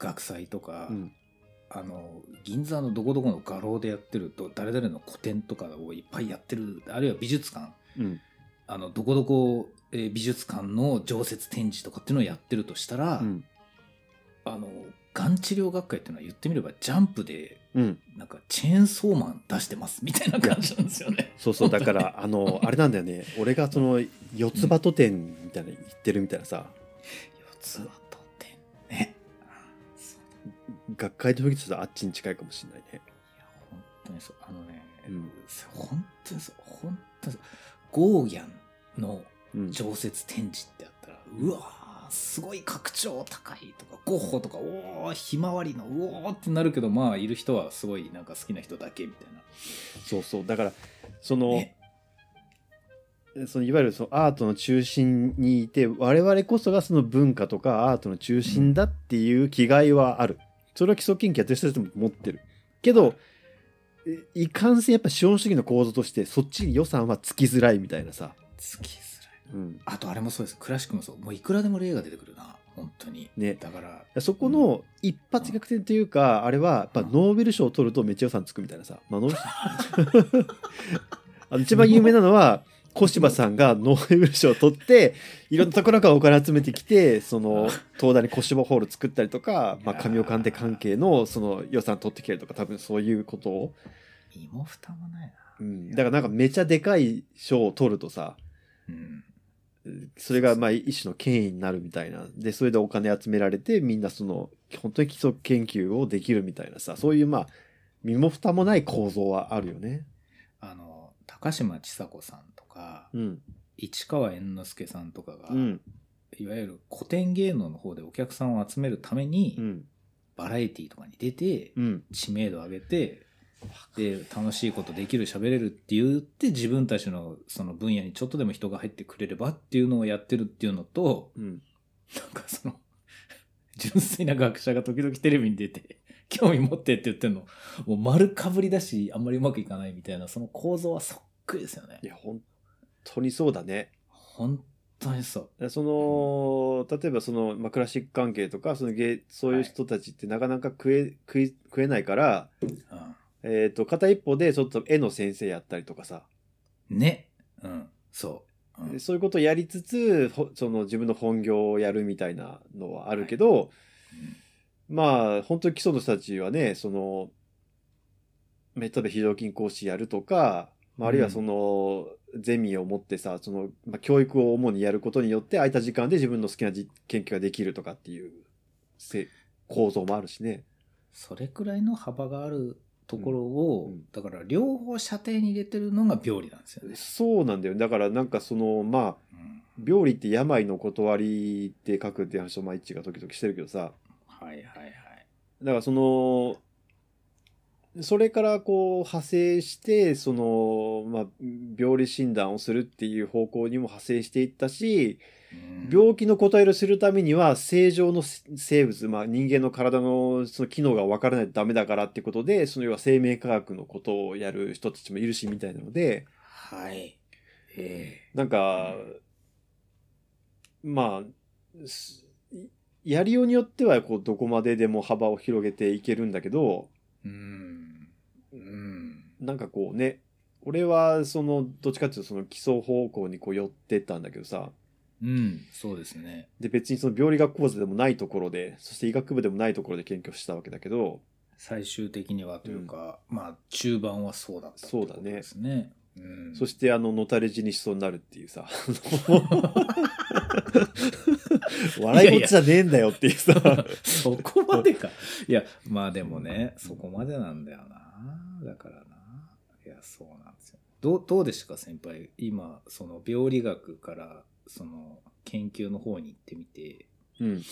[SPEAKER 2] 学祭とか、
[SPEAKER 1] うん。
[SPEAKER 2] あの銀座のどこどこの画廊でやってると誰々の個展とかをいっぱいやってるあるいは美術館
[SPEAKER 1] うん。
[SPEAKER 2] あのどこどこ、えー美術館の常設展示とかっていうのをやってるとしたら、
[SPEAKER 1] うん。
[SPEAKER 2] あのがん治療学会っていうのは言ってみればジャンプで
[SPEAKER 1] うん。
[SPEAKER 2] なんかチェーンソーマン出してますみたいな感じなんですよね。
[SPEAKER 1] そうそう。だから、あ の、あれなんだよね。俺がその、四つ葉と展みたいな、言ってるみたいなさ、
[SPEAKER 2] 四つ葉と展ね。そう
[SPEAKER 1] 学会の時ちょっとあっちに近いかもしれないね。
[SPEAKER 2] いや本当にそうあのね、
[SPEAKER 1] うん
[SPEAKER 2] 本当にそう本当にそうゴーギャンの
[SPEAKER 1] うん。
[SPEAKER 2] 常設展示ってあったらうわすごい拡張高いとかゴッホとかおおひまわりのうおーってなるけどまあいる人はすごいなんか好きな人だけみたいな
[SPEAKER 1] そうそうだからその、
[SPEAKER 2] ね
[SPEAKER 1] そのいわゆるそのアートの中心にいて我々こそがその文化とかアートの中心だっていう気概はある、それは基礎研究やってる人たちも持ってるけどえいかんせんやっぱ資本主義の構造としてそっちに予算はつきづらいみたいなさ、
[SPEAKER 2] 好きづらい
[SPEAKER 1] うん、
[SPEAKER 2] あとあれもそうですクラシックもそうもういくらでも例が出てくるな本当に
[SPEAKER 1] ね
[SPEAKER 2] だから
[SPEAKER 1] そこの一発逆転というか、あれはやっぱノーベル賞を取るとめっちゃ予算つくみたいなさ、まあ、ノーベル 賞あの一番有名なのは小柴さんがノーベル賞を取っていろんなところからお金集めてきてその東大に小柴ホール作ったりとか、まあ、神岡鑑定関係のその予算取ってきるとか多分そういうことを、
[SPEAKER 2] 身も蓋もないな
[SPEAKER 1] うん、だからなんかめちゃでかい賞を取るとさ
[SPEAKER 2] うん
[SPEAKER 1] それがまあ一種の権威になるみたいなでそれでお金集められてみんなその本当に基礎研究をできるみたいなさそういうまあ身も蓋もない構造はあるよね。
[SPEAKER 2] あの高嶋ちさ子さんとか
[SPEAKER 1] うん、
[SPEAKER 2] 市川猿之助さんとかが、
[SPEAKER 1] うん、
[SPEAKER 2] いわゆる古典芸能の方でお客さんを集めるために、
[SPEAKER 1] うん、
[SPEAKER 2] バラエティーとかに出て
[SPEAKER 1] うん、
[SPEAKER 2] 知名度上げてで楽しいことできる喋れるって言って自分たちのその分野にちょっとでも人が入ってくれればっていうのをやってるっていうのと
[SPEAKER 1] うん。
[SPEAKER 2] なんかその 純粋な学者が時々テレビに出て興味持ってって言ってるのもう丸かぶりだしあんまりうまくいかないみたいなその構造はそっくりですよね
[SPEAKER 1] い。や本当にそうだね。
[SPEAKER 2] 本当にそう
[SPEAKER 1] その例えばその、まあ、クラシック関係とかその芸そういう人たちってなかなか食え食い食えないから、
[SPEAKER 2] う
[SPEAKER 1] えー、と片一方でちょっと絵の先生やったりとかさ
[SPEAKER 2] ん、ね、うん、そう、うん
[SPEAKER 1] でそういうことをやりつつほその自分の本業をやるみたいなのはあるけど、まあ本当に基礎の人たちはねその例えば非常勤講師やるとか、まあ、あるいはその、ゼミを持ってさその、まあ、教育を主にやることによって空いた時間で自分の好きなじ研究ができるとかっていうせ構造もあるしね。
[SPEAKER 2] それくらいの幅があるところ
[SPEAKER 1] う
[SPEAKER 2] を
[SPEAKER 1] んうん、
[SPEAKER 2] だから両方射程に入れてるのが病理なんですよね。
[SPEAKER 1] そうなんだよだからなんかそのまあ
[SPEAKER 2] うん
[SPEAKER 1] 病理って病の断りって書くって話をまあ一致が時々してるけどさ、
[SPEAKER 2] はいはいはい。
[SPEAKER 1] だからそのそれからこう派生してその、まあ、病理診断をするっていう方向にも派生していったし
[SPEAKER 2] うん
[SPEAKER 1] 病気の答えをするためには正常のせ生物、まあ、人間の体のその機能が分からないとダメだからってことでその要は生命科学のことをやる人たちもいるしみたいなので
[SPEAKER 2] はい。え
[SPEAKER 1] なんか、まあすやりようによってはこうどこまででも幅を広げていけるんだけど
[SPEAKER 2] えうん。うん。
[SPEAKER 1] なんかこうね俺はそのどっちかっていうとその基礎方向にこう寄ってったんだけどさ
[SPEAKER 2] うん。そうですね。
[SPEAKER 1] で別にその病理学講座でもないところでそして医学部でもないところで研究したわけだけど
[SPEAKER 2] 最終的にはというか、まあ、中盤はそうだったってことですね。うん、
[SPEAKER 1] そしてあののたれ死にしそうになるっていうさ笑い事じゃねえんだよっていうさ
[SPEAKER 2] そこまでか。いや、まあでもね、そこまでなんだよな。だからな。いや、そうなんですよ。どうどうでしたか、先輩。今、その病理学から、その研究の方に行ってみて、
[SPEAKER 1] うん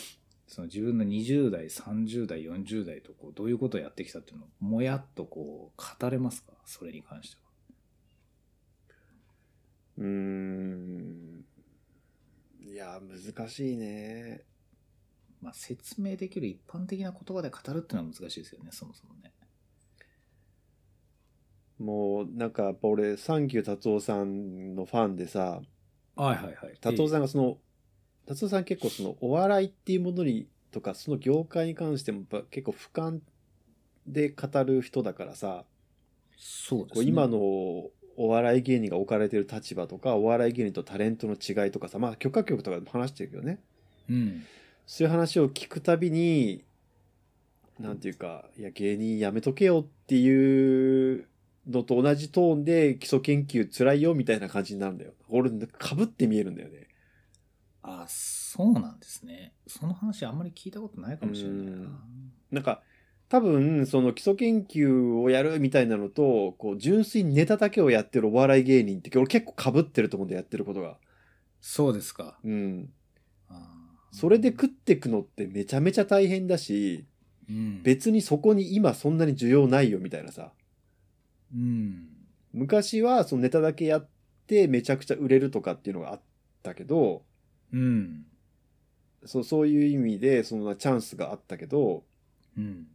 [SPEAKER 2] その自分の20代、30代、40代とこう、どういうことをやってきたっていうのを、もやっとこう、語れますかそれに関しては。
[SPEAKER 1] うーんいや難しいね
[SPEAKER 2] まあ、説明できる一般的な言葉で語るっていうのは難しいですよね、そもそもね。
[SPEAKER 1] もうなんかやっぱ俺サンキュー達夫さんのファンでさ
[SPEAKER 2] はいはいはい。
[SPEAKER 1] 達夫さんがその、達夫さん結構そのお笑いっていうものにとかその業界に関してもやっぱ結構俯瞰で語る人だからさ、
[SPEAKER 2] そうで
[SPEAKER 1] こ
[SPEAKER 2] す
[SPEAKER 1] う
[SPEAKER 2] ね。
[SPEAKER 1] 今のお笑い芸人が置かれてる立場とかお笑い芸人とタレントの違いとかさまあ許可局とかでも話してるけどね
[SPEAKER 2] うん。
[SPEAKER 1] そういう話を聞くたびになんていうかいや芸人やめとけよっていうのと同じトーンで基礎研究つらいよみたいな感じになるんだよ俺かぶって見えるんだよね
[SPEAKER 2] あ、そうなんですね。その話あんまり聞いたことないかもしれないな。
[SPEAKER 1] なんか多分その基礎研究をやるみたいなのとこう純粋にネタだけをやってるお笑い芸人って俺結構かぶってると思うんでやってることが
[SPEAKER 2] そうですか。
[SPEAKER 1] うん
[SPEAKER 2] あー
[SPEAKER 1] それで食ってくのってめちゃめちゃ大変だし、
[SPEAKER 2] うん
[SPEAKER 1] 別にそこに今そんなに需要ないよみたいなさ。
[SPEAKER 2] うん
[SPEAKER 1] 昔はそのネタだけやってめちゃくちゃ売れるとかっていうのがあったけど、
[SPEAKER 2] うん
[SPEAKER 1] そうそういう意味でそのチャンスがあったけど、
[SPEAKER 2] うんうん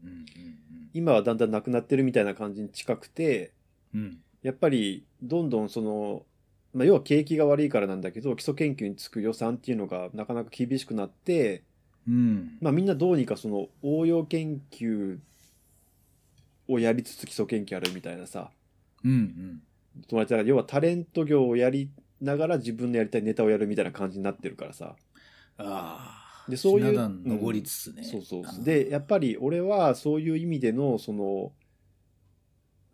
[SPEAKER 1] 今はだんだんなくなってるみたいな感じに近くて、
[SPEAKER 2] うんうん
[SPEAKER 1] やっぱりどんどんその、まあ、要は景気が悪いからなんだけど基礎研究につく予算っていうのがなかなか厳しくなって、
[SPEAKER 2] うん
[SPEAKER 1] まあ、みんなどうにかその応用研究をやりつつ基礎研究やるみたいなさ
[SPEAKER 2] うん
[SPEAKER 1] 友達だから要はタレント業をやりながら自分のやりたいネタをやるみたいな感じになってるからさ、
[SPEAKER 2] ああ
[SPEAKER 1] でそういう
[SPEAKER 2] ひな壇登りつつね、
[SPEAKER 1] そうそうそう
[SPEAKER 2] で
[SPEAKER 1] でやっぱり俺はそういう意味でのその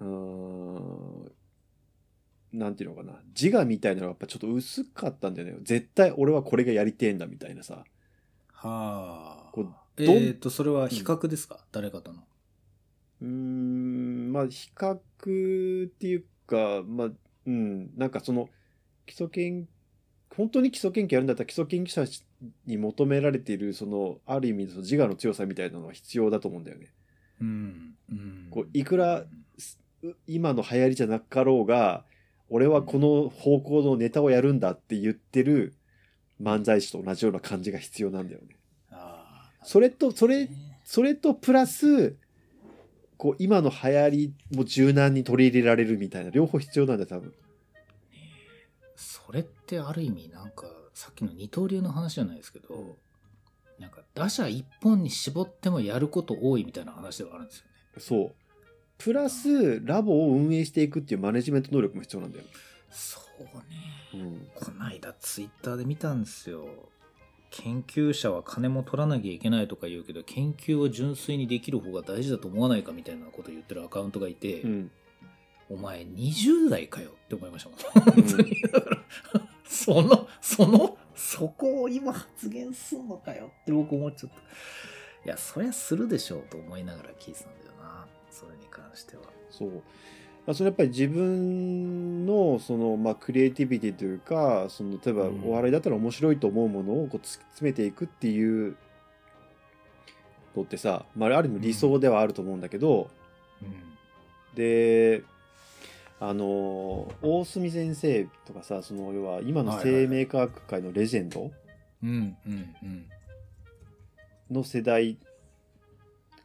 [SPEAKER 1] うーんなんていうのかな自我みたいなのがやっぱちょっと薄かったんだよね絶対俺はこれがやりてえんだみたいなさ
[SPEAKER 2] はあ
[SPEAKER 1] こう
[SPEAKER 2] え
[SPEAKER 1] どん
[SPEAKER 2] ー、とそれは比較ですか、誰かとの
[SPEAKER 1] うーんまあ比較っていうかまあうんなんかその基礎研本当に基礎研究やるんだったら基礎研究者に求められているそのある意味その自我の強さみたいなのは必要だと思うんだよね。
[SPEAKER 2] うんうん
[SPEAKER 1] こういくらす今の流行りじゃなかろうが俺はこの方向のネタをやるんだって言ってる漫才師と同じような感じが必要なんだよね。
[SPEAKER 2] ああ
[SPEAKER 1] それとそ
[SPEAKER 2] ね
[SPEAKER 1] れそれとプラスこう今の流行りも柔軟に取り入れられるみたいな両方必要なんだよ多分。
[SPEAKER 2] それってある意味なんかさっきの二刀流の話じゃないですけど、なんか打者一本に絞ってもやること多いみたいな話ではあるんですよね
[SPEAKER 1] そうプラスラボを運営していくっていうマネジメント能力も必要なんだよ。
[SPEAKER 2] そうね
[SPEAKER 1] うん、
[SPEAKER 2] こないだツイッターで見たんですよ研究者は金も取らなきゃいけないとか言うけど研究を純粋にできる方が大事だと思わないかみたいなことを言ってるアカウントがいて、
[SPEAKER 1] うん、
[SPEAKER 2] お前20代かよって思いましたもん本当にだから そのそのそこを今発言すんのかよって僕思っちゃったいやそりゃするでしょうと思いながら聞いてたんだよなそれに関しては
[SPEAKER 1] そう。まあ、それやっぱり自分のその、まあ、クリエイティビティというかその例えば
[SPEAKER 2] うん
[SPEAKER 1] お笑いだったら面白いと思うものをこう突き詰めていくっていうのってさ、まあ、ある意味理想ではあると思うんだけど、
[SPEAKER 2] うん
[SPEAKER 1] であの大隅先生とかさその要は今の生命科学界のレジェンド
[SPEAKER 2] うんうんうん
[SPEAKER 1] の世代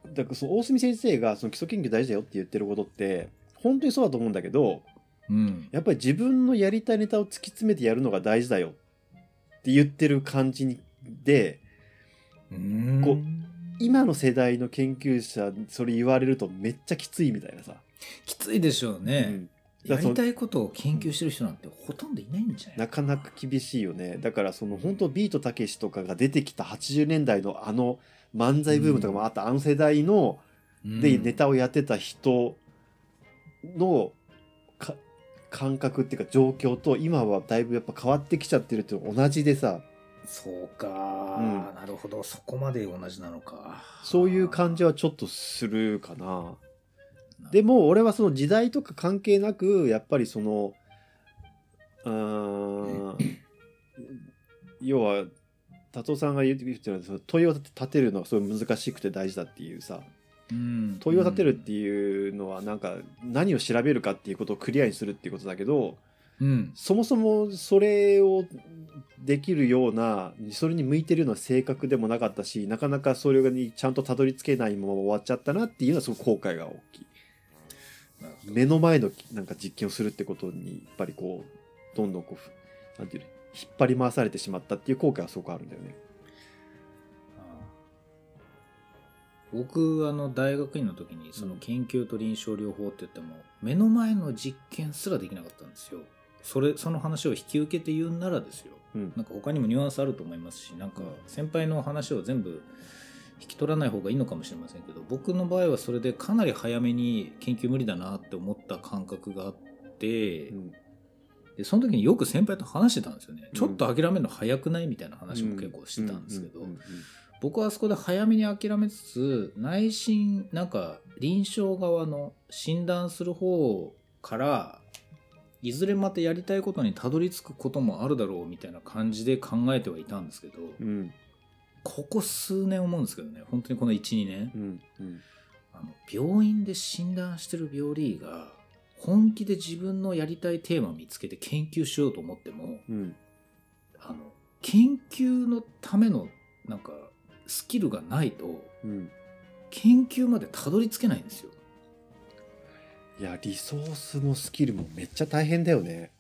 [SPEAKER 1] だからその大隅先生がその基礎研究大事だよって言ってることって本当にそうだと思うんだけど
[SPEAKER 2] うん
[SPEAKER 1] やっぱり自分のやりたいネタを突き詰めてやるのが大事だよって言ってる感じにで
[SPEAKER 2] うん
[SPEAKER 1] こう今の世代の研究者にそれ言われるとめっちゃきついみたいなさ、
[SPEAKER 2] きついでしょう
[SPEAKER 1] う
[SPEAKER 2] ね、
[SPEAKER 1] んだから
[SPEAKER 2] や
[SPEAKER 1] そ
[SPEAKER 2] り
[SPEAKER 1] の
[SPEAKER 2] たいことを研究してる人なんてほとんどいないんじゃな
[SPEAKER 1] ないかなか厳しいよねだからその本当ビートたけしとかが出てきた80年代のあの漫才ブームとかもあった、あの世代の
[SPEAKER 2] うん
[SPEAKER 1] でネタをやってた人のか感覚っていうか状況と今はだいぶやっぱ変わってきちゃってるっていうのと同じでさ
[SPEAKER 2] そうか、
[SPEAKER 1] うん
[SPEAKER 2] なるほどそこまで同じなのか
[SPEAKER 1] そういう感じはちょっとするかな。でも俺はその時代とか関係なくやっぱりそのうーん要は達夫さんが言ってたのはその問いを立てるのがすごい難しくて大事だっていうさ
[SPEAKER 2] うん
[SPEAKER 1] 問いを立てるっていうのはなんか何を調べるかっていうことをクリアにするっていうことだけど
[SPEAKER 2] うん
[SPEAKER 1] そもそもそれをできるようなそれに向いてるような性格でもなかったしなかなかそれにちゃんとたどり着けないまま終わっちゃったなっていうのはすごく後悔が大きい。
[SPEAKER 2] なるほど
[SPEAKER 1] 目の前のなんか実験をするってことにやっぱりこうどんどんこうふなんていうの引っ張り回されてしまったっていう後悔はすごくあるんだよね。
[SPEAKER 2] 僕あの大学院の時にその研究と臨床療法って言っても目の前の実験すらできなかったんですよそれその話を引き受けて言うならですよ
[SPEAKER 1] うん
[SPEAKER 2] なんか他にもニュアンスあると思いますしなんか先輩の話を全部引き取らない方がいいのかもしれませんけど僕の場合はそれでかなり早めに研究無理だなって思った感覚があって、
[SPEAKER 1] うん
[SPEAKER 2] でその時によく先輩と話してたんですよね、
[SPEAKER 1] うん
[SPEAKER 2] ちょっと諦めるの早くないみたいな話も結構してたんですけど、
[SPEAKER 1] ううん
[SPEAKER 2] 僕はあそこで早めに諦めつつ内心なんか臨床側の診断する方からいずれまたやりたいことにたどり着くこともあるだろうみたいな感じで考えてはいたんですけど、
[SPEAKER 1] うんうん
[SPEAKER 2] ここ数年思うんですけどね本当にこの12年
[SPEAKER 1] うんうん
[SPEAKER 2] あの病院で診断してる病理医が本気で自分のやりたいテーマを見つけて研究しようと思っても
[SPEAKER 1] うん
[SPEAKER 2] あの研究のためのなんかスキルがないと
[SPEAKER 1] うん
[SPEAKER 2] 研究までたどり着けないんですよ
[SPEAKER 1] いやリソースもスキルもめっちゃ大変だよね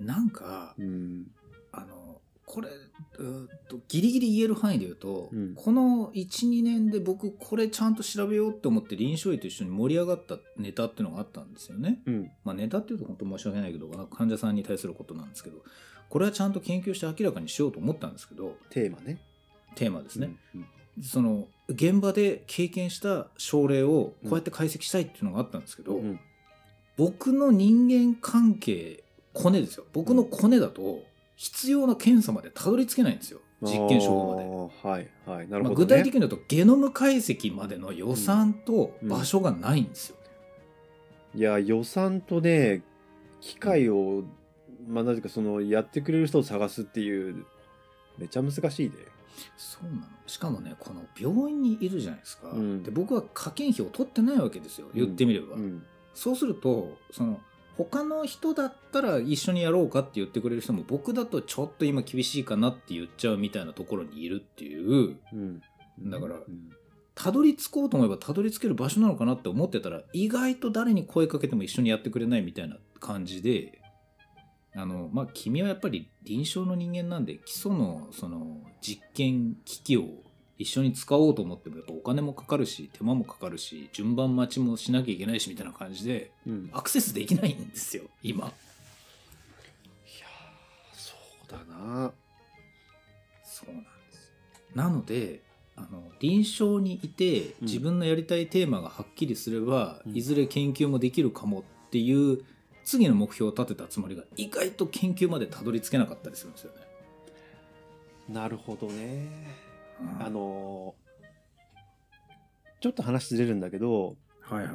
[SPEAKER 2] なんか
[SPEAKER 1] うん
[SPEAKER 2] あのこれうーっとギリギリ言える範囲で言うと、
[SPEAKER 1] うん
[SPEAKER 2] この12年で僕これちゃんと調べようって思って臨床医と一緒に盛り上がったネタっていうのがあったんですよね。
[SPEAKER 1] うん
[SPEAKER 2] まあ、ネタっていうと本当申し訳ないけど患者さんに対することなんですけどこれはちゃんと研究して明らかにしようと思ったんですけど
[SPEAKER 1] テーマね
[SPEAKER 2] テーマですね、
[SPEAKER 1] うん
[SPEAKER 2] その現場で経験した症例をこうやって解析したいっていうのがあったんですけど、
[SPEAKER 1] うん
[SPEAKER 2] 僕の人間関係コネですよ僕のコネだと必要な検査までたどり着けないんですよ実験証拠まで、
[SPEAKER 1] あーはいはいなる
[SPEAKER 2] まあ、
[SPEAKER 1] ほ
[SPEAKER 2] 具
[SPEAKER 1] ど、ね
[SPEAKER 2] 体的に言うとゲノム解析までの予算と場所がないんですよ、
[SPEAKER 1] いや予算とね機械を、まあなぜかそのやってくれる人を探すっていうめちゃ難しいで
[SPEAKER 2] そうなのしかもねこの病院にいるじゃないですか、
[SPEAKER 1] うん
[SPEAKER 2] で僕は科研費を取ってないわけですよ言ってみれば、
[SPEAKER 1] うん
[SPEAKER 2] そうするとその他の人だったら一緒にやろうかって言ってくれる人も僕だとちょっと今厳しいかなって言っちゃうみたいなところにいるっていう
[SPEAKER 1] うん
[SPEAKER 2] だから
[SPEAKER 1] うん
[SPEAKER 2] たどり着こうと思えばたどり着ける場所なのかなって思ってたら意外と誰に声かけても一緒にやってくれないみたいな感じであのまあ君はやっぱり臨床の人間なんで基礎のその実験機器を一緒に使おうと思ってもやっぱお金もかかるし手間もかかるし順番待ちもしなきゃいけないしみたいな感じで
[SPEAKER 1] うんいや
[SPEAKER 2] アクセスできないんですよ今
[SPEAKER 1] ーそうだな
[SPEAKER 2] そうなんですなのであの臨床にいて自分のやりたいテーマがはっきりすれば、
[SPEAKER 1] うん
[SPEAKER 2] いずれ研究もできるかもっていう次の目標を立てたつもりが意外と研究までたどり着けなかったりするんですよね。
[SPEAKER 1] なるほどね
[SPEAKER 2] うん
[SPEAKER 1] あのーちょっと話ずれるんだけど
[SPEAKER 2] はいはいはい。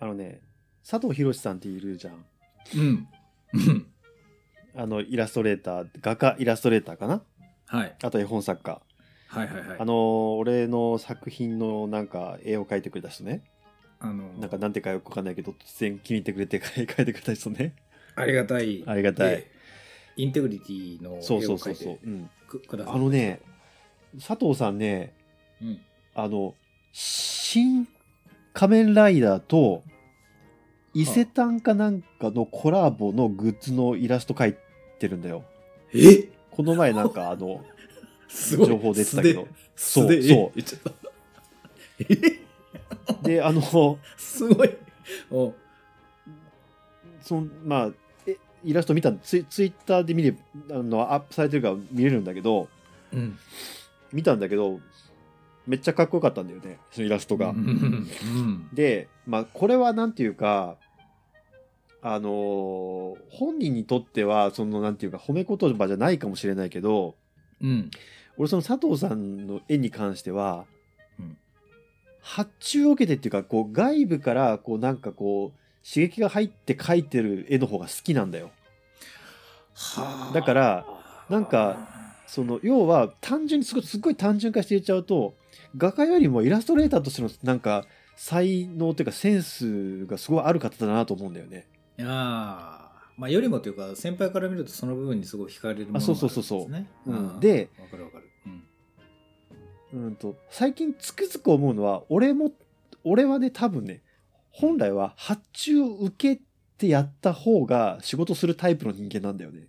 [SPEAKER 1] あのね佐藤博さんっているじゃん
[SPEAKER 2] うん。うん
[SPEAKER 1] あのイラストレーター画家イラストレーターかな
[SPEAKER 2] はい
[SPEAKER 1] あと絵本作家
[SPEAKER 2] はいはいはい。
[SPEAKER 1] あのー俺の作品のなんか絵を描いてくれた人ね
[SPEAKER 2] あの
[SPEAKER 1] なんかなんてかよくわかんないけど突然気に入ってくれて書いてくれた人ね
[SPEAKER 2] ありがたい。
[SPEAKER 1] ありがたい
[SPEAKER 2] で。インテグリティの絵を
[SPEAKER 1] そうそうそ
[SPEAKER 2] 描
[SPEAKER 1] う
[SPEAKER 2] い
[SPEAKER 1] そう
[SPEAKER 2] て、
[SPEAKER 1] うん、
[SPEAKER 2] くください
[SPEAKER 1] あのね佐藤さんね
[SPEAKER 2] うん、
[SPEAKER 1] あの「新仮面ライダー」と「伊勢丹かなんかのコラボのグッズのイラスト描いてるんだよ
[SPEAKER 2] え
[SPEAKER 1] この前なんかあ の
[SPEAKER 2] すごい
[SPEAKER 1] 情報出てたけど
[SPEAKER 2] 素
[SPEAKER 1] そう
[SPEAKER 2] 手素手
[SPEAKER 1] そう
[SPEAKER 2] え言っちゃった。え
[SPEAKER 1] であの
[SPEAKER 2] すごい。お
[SPEAKER 1] そのまあえイラスト見たツイツイッターで見れあのアップされてるから見れるんだけど
[SPEAKER 2] うん。
[SPEAKER 1] 見たんだけどめっちゃかっこよかったんだよねそのイラストが。
[SPEAKER 2] うん。
[SPEAKER 1] で、まあ、これはなんていうか、あのー本人にとっては、そのなんていうか、褒め言葉じゃないかもしれないけど、
[SPEAKER 2] うん。
[SPEAKER 1] 俺、その佐藤さんの絵に関しては、
[SPEAKER 2] うん
[SPEAKER 1] 発注を受けてっていうか、こう外部から、こうなんかこう、刺激が入って描いてる絵の方が好きなんだよ。
[SPEAKER 2] は、
[SPEAKER 1] だからら、なんか、その要は単純にすごいすっごい単純化して言っちゃうと画家よりもイラストレーターとしてのなんか才能というかセンスがすごいある方だなと思うんだよね。
[SPEAKER 2] いやーまあ、よりもというか、先輩から見るとその部分にすごい惹かれるものが
[SPEAKER 1] あそうそうそうそう
[SPEAKER 2] あるんですね
[SPEAKER 1] うん
[SPEAKER 2] ん
[SPEAKER 1] で、
[SPEAKER 2] わかるわかる。うん
[SPEAKER 1] うんと最近つくづく思うのは俺も俺はね多分ね本来は発注を受けてやった方が仕事するタイプの人間なんだよね。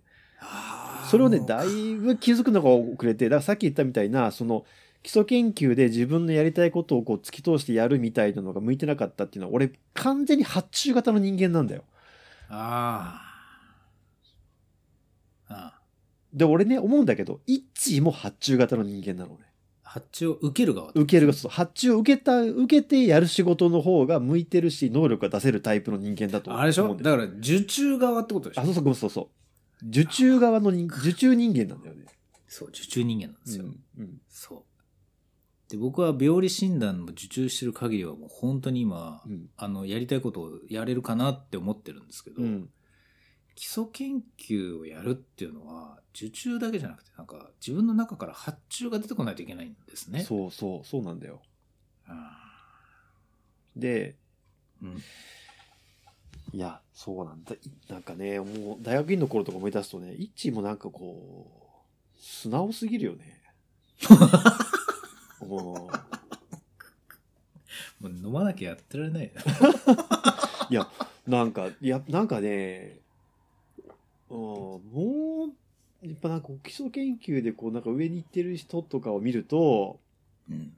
[SPEAKER 1] それをねだいぶ気づくのが遅れてだからさっき言ったみたいなその基礎研究で自分のやりたいことをこう突き通してやるみたいなのが向いてなかったっていうのは俺完全に発注型の人間なんだよ。
[SPEAKER 2] あーあ
[SPEAKER 1] で俺ね思うんだけどイッチーも発注型の人間なのね。
[SPEAKER 2] ー。発注を受ける側。
[SPEAKER 1] 受けるがそう発注を受けた受けてやる仕事の方が向いてるし能力が出せるタイプの人間だと思う
[SPEAKER 2] あれでしょ
[SPEAKER 1] んだよ
[SPEAKER 2] だから、受注側ってことでし
[SPEAKER 1] あ
[SPEAKER 2] ょ
[SPEAKER 1] そうそうごめんそうそう受注側の人受注人間なんだよね。
[SPEAKER 2] そう、受注人間なんですよ。
[SPEAKER 1] うん
[SPEAKER 2] そう。で、僕は病理診断も受注してる限りは、もう本当に今、
[SPEAKER 1] うん
[SPEAKER 2] あのやりたいことをやれるかなって思ってるんですけど、
[SPEAKER 1] うん
[SPEAKER 2] 基礎研究をやるっていうのは受注だけじゃなくてなんか自分の中から発注が出てこないといけないんですね。
[SPEAKER 1] そうそうそうなんだよ
[SPEAKER 2] あ
[SPEAKER 1] で
[SPEAKER 2] ーうん
[SPEAKER 1] いやそうなんだいなんかねもう大学院の頃とか思い出すとねイッチーもなんかこう素直すぎるよ ねもう
[SPEAKER 2] もう飲まなきゃやってら れないよ
[SPEAKER 1] なんか、いや、なんかね、うん、もう、やっぱなんかこう基礎研究でこうなんか上に行ってる人とかを見ると、
[SPEAKER 2] うん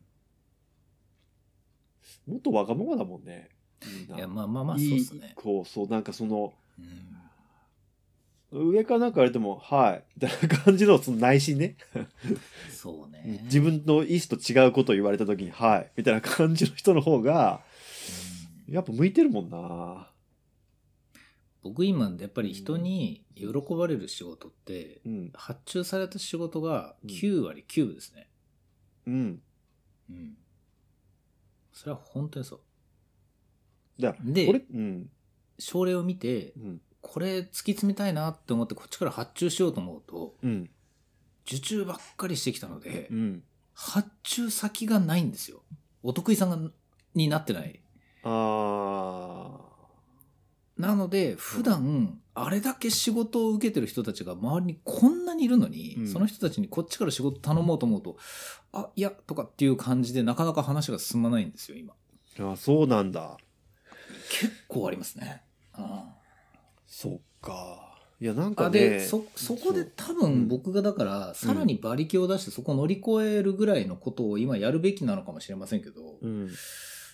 [SPEAKER 1] もっとわがままだもんね。みんない
[SPEAKER 2] やまあまあまあそうです
[SPEAKER 1] いい
[SPEAKER 2] ね。
[SPEAKER 1] こう、そう、なんかその、
[SPEAKER 2] うん
[SPEAKER 1] 上からなんか言われても、はい、みたいな感じのその内心ね、
[SPEAKER 2] そうね。
[SPEAKER 1] 自分の意思と違うことを言われた時に、はい、みたいな感じの人の方が、
[SPEAKER 2] うん
[SPEAKER 1] やっぱ向いてるもんな。
[SPEAKER 2] 僕今やっぱり人に喜ばれる仕事って
[SPEAKER 1] うん、
[SPEAKER 2] 発注された仕事が9割9分ですね。
[SPEAKER 1] うん。
[SPEAKER 2] うん。それは本当にそう。
[SPEAKER 1] だから
[SPEAKER 2] で
[SPEAKER 1] これ、うん、
[SPEAKER 2] 症例を見て
[SPEAKER 1] うん、
[SPEAKER 2] これ突き詰めたいなって思ってこっちから発注しようと思うと
[SPEAKER 1] うん、
[SPEAKER 2] 受注ばっかりしてきたので、
[SPEAKER 1] うん。
[SPEAKER 2] 発注先がないんですよお得意さんがになってない
[SPEAKER 1] ああ。
[SPEAKER 2] なので普段あれだけ仕事を受けてる人たちが周りにこんなにいるのに、
[SPEAKER 1] うん
[SPEAKER 2] その人たちにこっちから仕事頼もうと思うとあいやとかっていう感じでなかなか話が進まないんですよ今
[SPEAKER 1] あそうなんだ
[SPEAKER 2] 結構ありますねあ
[SPEAKER 1] そっかいやなん
[SPEAKER 2] あ
[SPEAKER 1] かね
[SPEAKER 2] でそそこで
[SPEAKER 1] そう
[SPEAKER 2] 多
[SPEAKER 1] うん
[SPEAKER 2] 分僕がだからさらに馬力を出してそこを乗り越えるぐらいのことを今やるべきなのかもしれませんけど、
[SPEAKER 1] うん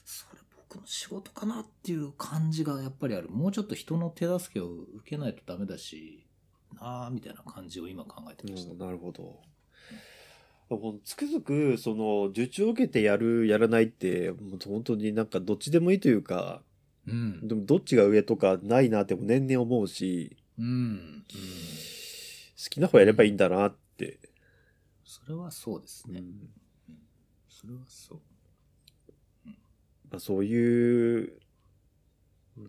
[SPEAKER 2] それ僕の仕事かなっていう感じがやっぱりあるもうちょっと人の手助けを受けないとダメだしなあみたいな感じを今考えてました、
[SPEAKER 1] うんなるほどもうつくづくその受注を受けてやるやらないってもう本当になんかどっちでもいいというか
[SPEAKER 2] うん
[SPEAKER 1] でもどっちが上とかないなっても年々思うし
[SPEAKER 2] うん、うん、
[SPEAKER 1] 好きな方やればいいんだなって、
[SPEAKER 2] それはそうですね、
[SPEAKER 1] うん
[SPEAKER 2] それはそう
[SPEAKER 1] まあ、そういう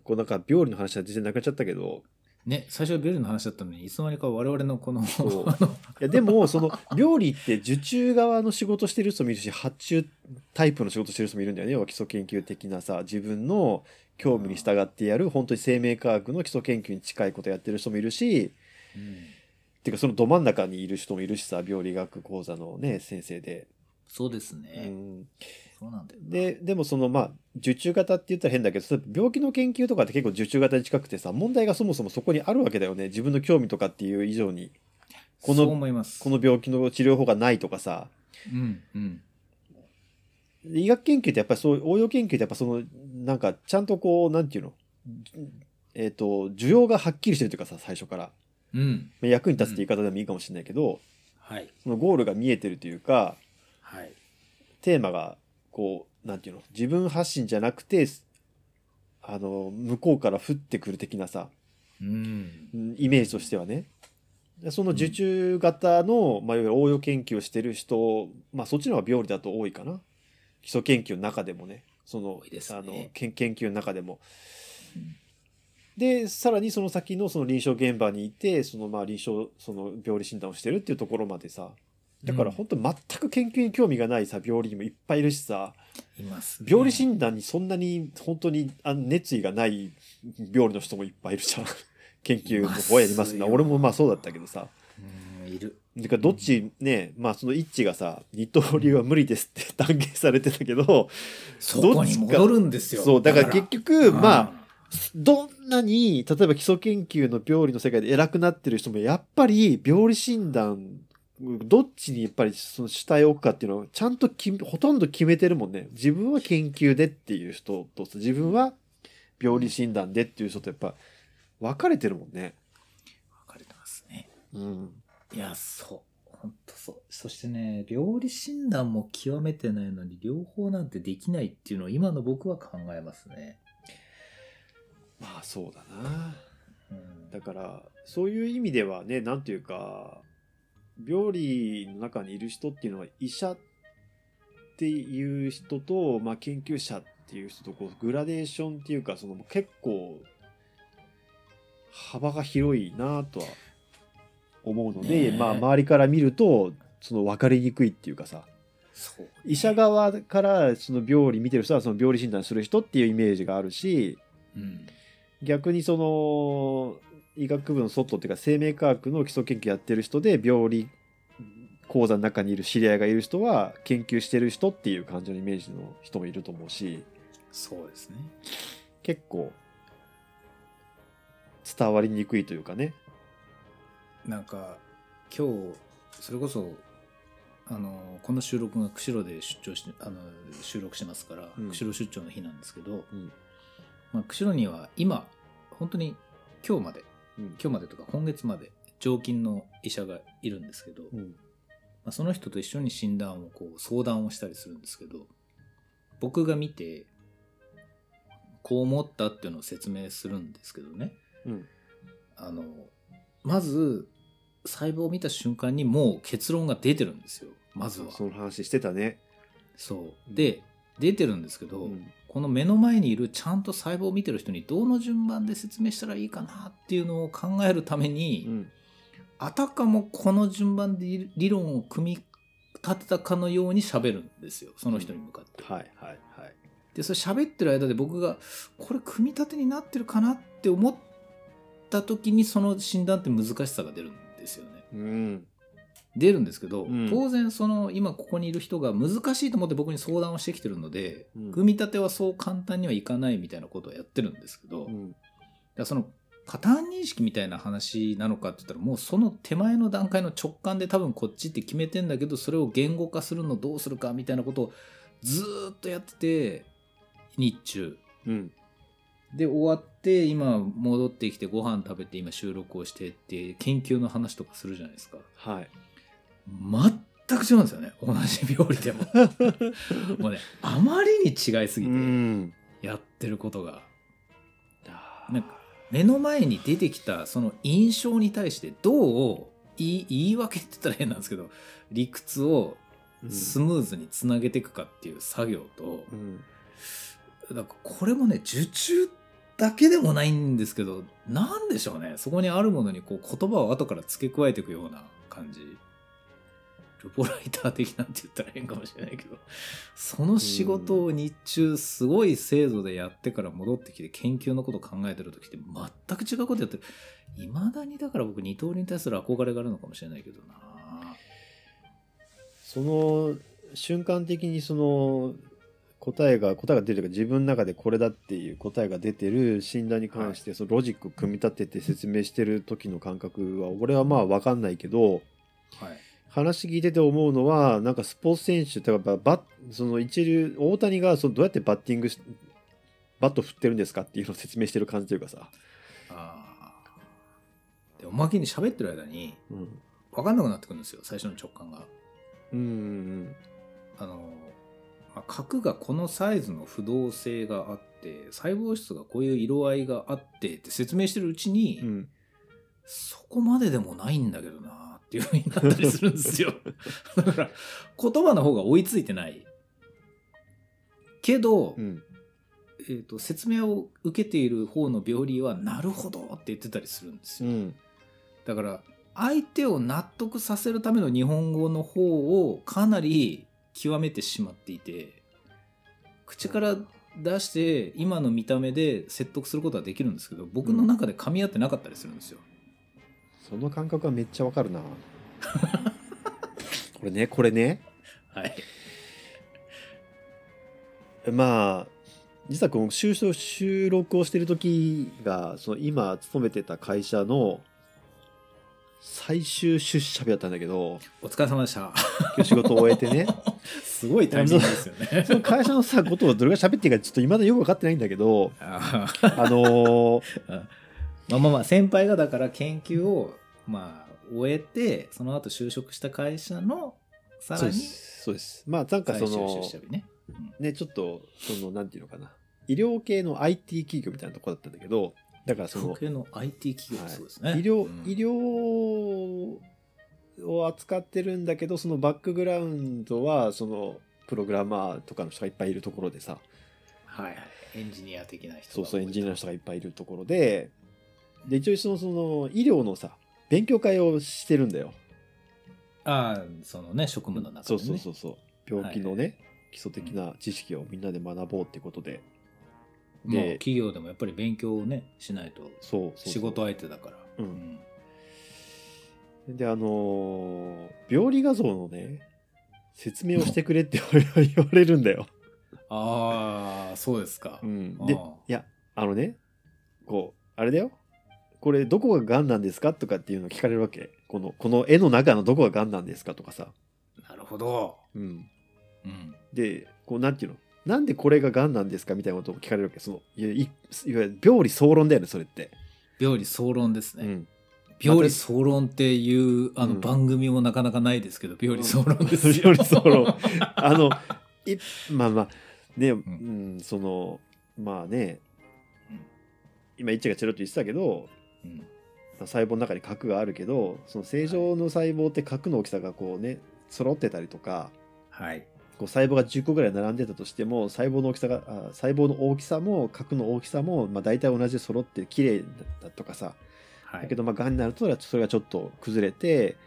[SPEAKER 1] こうなんか病理の話は全然なくなっちゃったけど
[SPEAKER 2] ね最初はベルの話だったのにいつの間にか我々のこの
[SPEAKER 1] そう
[SPEAKER 2] あの
[SPEAKER 1] いやでもその料理って受注側の仕事してる人もいるし発注タイプの仕事してる人もいるんだよね要は基礎研究的なさ自分の興味に従ってやる本当に生命科学の基礎研究に近いことやってる人もいるし
[SPEAKER 2] うん
[SPEAKER 1] ていうかそのど真ん中にいる人もいるしさ病理学講座のね先生で。
[SPEAKER 2] そうです
[SPEAKER 1] う
[SPEAKER 2] ね、
[SPEAKER 1] ん、
[SPEAKER 2] そうなんだよな
[SPEAKER 1] ででもそのまあ受注型って言ったら変だけどその病気の研究とかって結構受注型に近くてさ問題がそもそもそこにあるわけだよね自分の興味とかっていう以上にこの
[SPEAKER 2] そう思います
[SPEAKER 1] この病気の治療法がないとかさ
[SPEAKER 2] うんうん
[SPEAKER 1] 医学研究ってやっぱりそう応用研究ってやっぱそのなんかちゃんとこうなんていうのえっ、と需要がはっきりしてるというかさ最初からま
[SPEAKER 2] うん
[SPEAKER 1] あ役に立つって言い方でもいいかもしれないけど、
[SPEAKER 2] はい
[SPEAKER 1] そのゴールが見えてるというか
[SPEAKER 2] はい
[SPEAKER 1] テーマがこうなんていうの自分発信じゃなくてあの向こうから降ってくる的なさ
[SPEAKER 2] うん
[SPEAKER 1] うんイメージとしてはねでその受注型の、まあ、いわゆる応用研究をしてる人、まあ、そっちの方が病理だと多いかな基礎研究の中でもねその
[SPEAKER 2] 多いですね
[SPEAKER 1] あの研研究の中でも
[SPEAKER 2] うん。
[SPEAKER 1] でさらにその先のその臨床現場にいてそのまあ臨床その病理診断をしてるっていうところまでさだから本当に全く研究に興味がないさ病理にもいっぱいいるしさ
[SPEAKER 2] いますね、
[SPEAKER 1] 病理診断にそんなに本当にあ熱意がない病理の人もいっぱいいるじゃん 研究の方やります
[SPEAKER 2] い
[SPEAKER 1] な
[SPEAKER 2] ますよ
[SPEAKER 1] 俺もまあそうだったけどさ
[SPEAKER 2] うんいる
[SPEAKER 1] だからどっちね、まあその一致がさ二刀流は無理ですって 断言されてたけど
[SPEAKER 2] そこに戻るんですよ。
[SPEAKER 1] そうだから結局まあ
[SPEAKER 2] あ、
[SPEAKER 1] どんなに例えば基礎研究の病理の世界で偉くなってる人もやっぱり病理診断どっちにやっぱりその主体を置くかっていうのをちゃんときほとんど決めてるもんね自分は研究でっていう人と自分は病理診断でっていう人とやっぱ分かれてるもんね。
[SPEAKER 2] 分かれてますね。
[SPEAKER 1] うん、
[SPEAKER 2] いや、そう。本当そう。そしてね、病理診断も極めてないのに、両方なんてできないっていうのを今の僕は考えますね。
[SPEAKER 1] まあそうだな。
[SPEAKER 2] うん
[SPEAKER 1] だからそういう意味ではねなんていうか病理の中にいる人っていうのは医者っていう人と、まあ、研究者っていう人とこうグラデーションっていうかその結構幅が広いなとは思うの
[SPEAKER 2] ね
[SPEAKER 1] で、
[SPEAKER 2] え
[SPEAKER 1] まあ、周りから見るとその分かりにくいっていうかさ
[SPEAKER 2] そう
[SPEAKER 1] 医者側からその病理見てる人はその病理診断する人っていうイメージがあるし
[SPEAKER 2] うん
[SPEAKER 1] 逆にその医学部の外っていうか生命科学の基礎研究やってる人で病理講座の中にいる知り合いがいる人は研究してる人っていう感じのイメージの人もいると思うし
[SPEAKER 2] そうですね
[SPEAKER 1] 結構伝わりにくいというかね
[SPEAKER 2] なんか今日それこそあのこの収録が釧路で出張しあの収録しますから、
[SPEAKER 1] うん
[SPEAKER 2] 釧路出張の日なんですけど、
[SPEAKER 1] うん
[SPEAKER 2] まあ、釧路には今本当に今日まで
[SPEAKER 1] うん
[SPEAKER 2] 今日までとか今月まで常勤の医者がいるんですけど、
[SPEAKER 1] うん
[SPEAKER 2] まあ、その人と一緒に診断をこう相談をしたりするんですけど僕が見てこう思ったっていうのを説明するんですけどね
[SPEAKER 1] うん
[SPEAKER 2] あのまず細胞を見た瞬間にもう結論が出てるんですよまずは
[SPEAKER 1] その話してたね
[SPEAKER 2] そうで出てるんですけど、
[SPEAKER 1] うん
[SPEAKER 2] この目の前にいるちゃんと細胞を見てる人にどの順番で説明したらいいかなっていうのを考えるために、
[SPEAKER 1] うん
[SPEAKER 2] あたかもこの順番で理論を組み立てたかのように喋るんですよその人に向かって、
[SPEAKER 1] はいはいはい
[SPEAKER 2] でそれ喋ってる間で僕がこれ組み立てになってるかなって思った時にその診断って難しさが出るんですよね
[SPEAKER 1] うん
[SPEAKER 2] 出るんですけど、
[SPEAKER 1] うん
[SPEAKER 2] 当然その今ここにいる人が難しいと思って僕に相談をしてきてるので、
[SPEAKER 1] うん
[SPEAKER 2] 組み立てはそう簡単にはいかないみたいなことをやってるんですけど、
[SPEAKER 1] う
[SPEAKER 2] だか
[SPEAKER 1] ん
[SPEAKER 2] らそのパターン認識みたいな話なのかって言ったらもうその手前の段階の直感で多分こっちって決めてんだけどそれを言語化するのどうするかみたいなことをずーっとやってて日中
[SPEAKER 1] うん
[SPEAKER 2] で終わって今戻ってきてご飯食べて今収録をしてって研究の話とかするじゃないですか。
[SPEAKER 1] はい
[SPEAKER 2] 全く違うんですよね同じ病理 でももうねあまりに違いすぎ
[SPEAKER 1] う
[SPEAKER 2] て
[SPEAKER 1] ん
[SPEAKER 2] やってることが
[SPEAKER 1] あ
[SPEAKER 2] なんか目の前に出てきたその印象に対してどう言い言い訳って言ったら変なんですけど理屈を
[SPEAKER 1] うん
[SPEAKER 2] スムーズにつなげていくかっていう作業と、
[SPEAKER 1] うん
[SPEAKER 2] なんかこれもね受注だけでもないんですけどなんでしょうねそこにあるものにこう言葉を後から付け加えていくような感じルポライター的なんて言ったら変かもしれないけどその仕事を日中すごい精度でやってから戻ってきて研究のことを考えてる時って全く違うことやってるいまだにだから僕二刀流に対する憧れがあるのかもしれないけどな
[SPEAKER 1] その瞬間的にその答えが答えが出るというか自分の中でこれだっていう答えが出てる診断に関して、そのロジック組み立てて説明してる時の感覚は俺はまあ分かんないけど
[SPEAKER 2] はい
[SPEAKER 1] 話聞いてて思うのはなんかスポーツ選手例えばバッその一流大谷がそのどうやってバッティングしバット振ってるんですかっていうのを説明してる感じというかさ、
[SPEAKER 2] あーでおまけに喋ってる間に
[SPEAKER 1] うん、
[SPEAKER 2] 分かんなくなってくるんですよ最初の直感が
[SPEAKER 1] うんうん
[SPEAKER 2] あの、まあ、核がこのサイズの不動性があって細胞質がこういう色合いがあってって説明してるうちに、
[SPEAKER 1] うんうん
[SPEAKER 2] そこまででもないんだけどなっていうふうになったりするんで すよだから言葉の方が追いついてないけど、
[SPEAKER 1] うん
[SPEAKER 2] えー、と説明を受けている方の病理はなるほどって言ってたりするんです
[SPEAKER 1] う
[SPEAKER 2] よ、
[SPEAKER 1] ん
[SPEAKER 2] だから相手を納得させるための日本語の方をかなり極めてしまっていて口から出して今の見た目で説得することはできるんですけど僕の中で噛み合ってなかったりするんですよ。
[SPEAKER 1] その感覚はめっちゃ分かる なこれねこれね
[SPEAKER 2] はい、
[SPEAKER 1] まあ実はこの就職収録をしてる時がその今勤めてた会社の最終出社日だったんだけど
[SPEAKER 2] お疲れ様でした。
[SPEAKER 1] 今日仕事を終えてね
[SPEAKER 2] すごいタイミングですよね
[SPEAKER 1] そ。の会社のさことをどれが喋っていいかちょっと今だよく分かってないんだけど
[SPEAKER 2] あー
[SPEAKER 1] あのー
[SPEAKER 2] まあまあまあ先輩がだから研究をまあ終えてその後就職した会社の さ
[SPEAKER 1] そう
[SPEAKER 2] ら
[SPEAKER 1] で
[SPEAKER 2] に
[SPEAKER 1] すそうですまあなんか
[SPEAKER 2] 最
[SPEAKER 1] そ
[SPEAKER 2] 終
[SPEAKER 1] の
[SPEAKER 2] 出社日ね。うん
[SPEAKER 1] ねちょっとそのなんていうのかな医療系の IT 企業みたいなとこだったんだけどだからその
[SPEAKER 2] 時計の IT 企業そうですね。
[SPEAKER 1] 医療、
[SPEAKER 2] うん
[SPEAKER 1] 医療を扱ってるんだけどそのバックグラウンドはそのプログラマーとかの人がいっぱいいるところでさ
[SPEAKER 2] はいはい、エンジニア的な人
[SPEAKER 1] そうそうエンジニアの
[SPEAKER 2] 人
[SPEAKER 1] 人がいっぱいいるところでで一応そのその医療のさ勉強会をしてるんだよ、
[SPEAKER 2] ああそのね職務の中で、
[SPEAKER 1] そう
[SPEAKER 2] ね、
[SPEAKER 1] そうそうそう病気のね、基礎的な知識をみんなで学ぼうってことで、
[SPEAKER 2] もう
[SPEAKER 1] で
[SPEAKER 2] 企業でもやっぱり勉強をねしないと
[SPEAKER 1] そうそうそう
[SPEAKER 2] 仕事相手だから
[SPEAKER 1] うん
[SPEAKER 2] ん
[SPEAKER 1] であのー病理画像のね説明をしてくれって言われるんだよ、
[SPEAKER 2] ああそうですか、
[SPEAKER 1] うん
[SPEAKER 2] あー
[SPEAKER 1] でいやあのねこうあれだよこれどこががんなんですかとかっていうのを聞かれるわけこのこの絵の中のどこががんなんですかとかさ、
[SPEAKER 2] なるほど、
[SPEAKER 1] うん、
[SPEAKER 2] うん、
[SPEAKER 1] でこうなんていうのなんでこれががんなんですかみたいなことを聞かれるわけそのいやいいわゆる病理総論だよねそれって、
[SPEAKER 2] 病理総論ですね、
[SPEAKER 1] うん、
[SPEAKER 2] 病理総論っていうあ
[SPEAKER 1] う
[SPEAKER 2] の
[SPEAKER 1] ん
[SPEAKER 2] 番組もなかなかないですけど、病理総論ですよ
[SPEAKER 1] 病理総論あのいまあまあね、うんそのまあね
[SPEAKER 2] うん
[SPEAKER 1] 今一ちがチロッと言ってたけど
[SPEAKER 2] うん
[SPEAKER 1] 細胞の中に核があるけどその正常の細胞って核の大きさがこうね揃ってたりとか
[SPEAKER 2] はい
[SPEAKER 1] こう細胞が10個ぐらい並んでたとしても細胞の大きさがあ細胞の大きさも核の大きさも、まあ、大体同じで揃って綺麗だとかさ
[SPEAKER 2] は
[SPEAKER 1] だ
[SPEAKER 2] い
[SPEAKER 1] けど、まあ、がんになると、それがちょっと崩れて、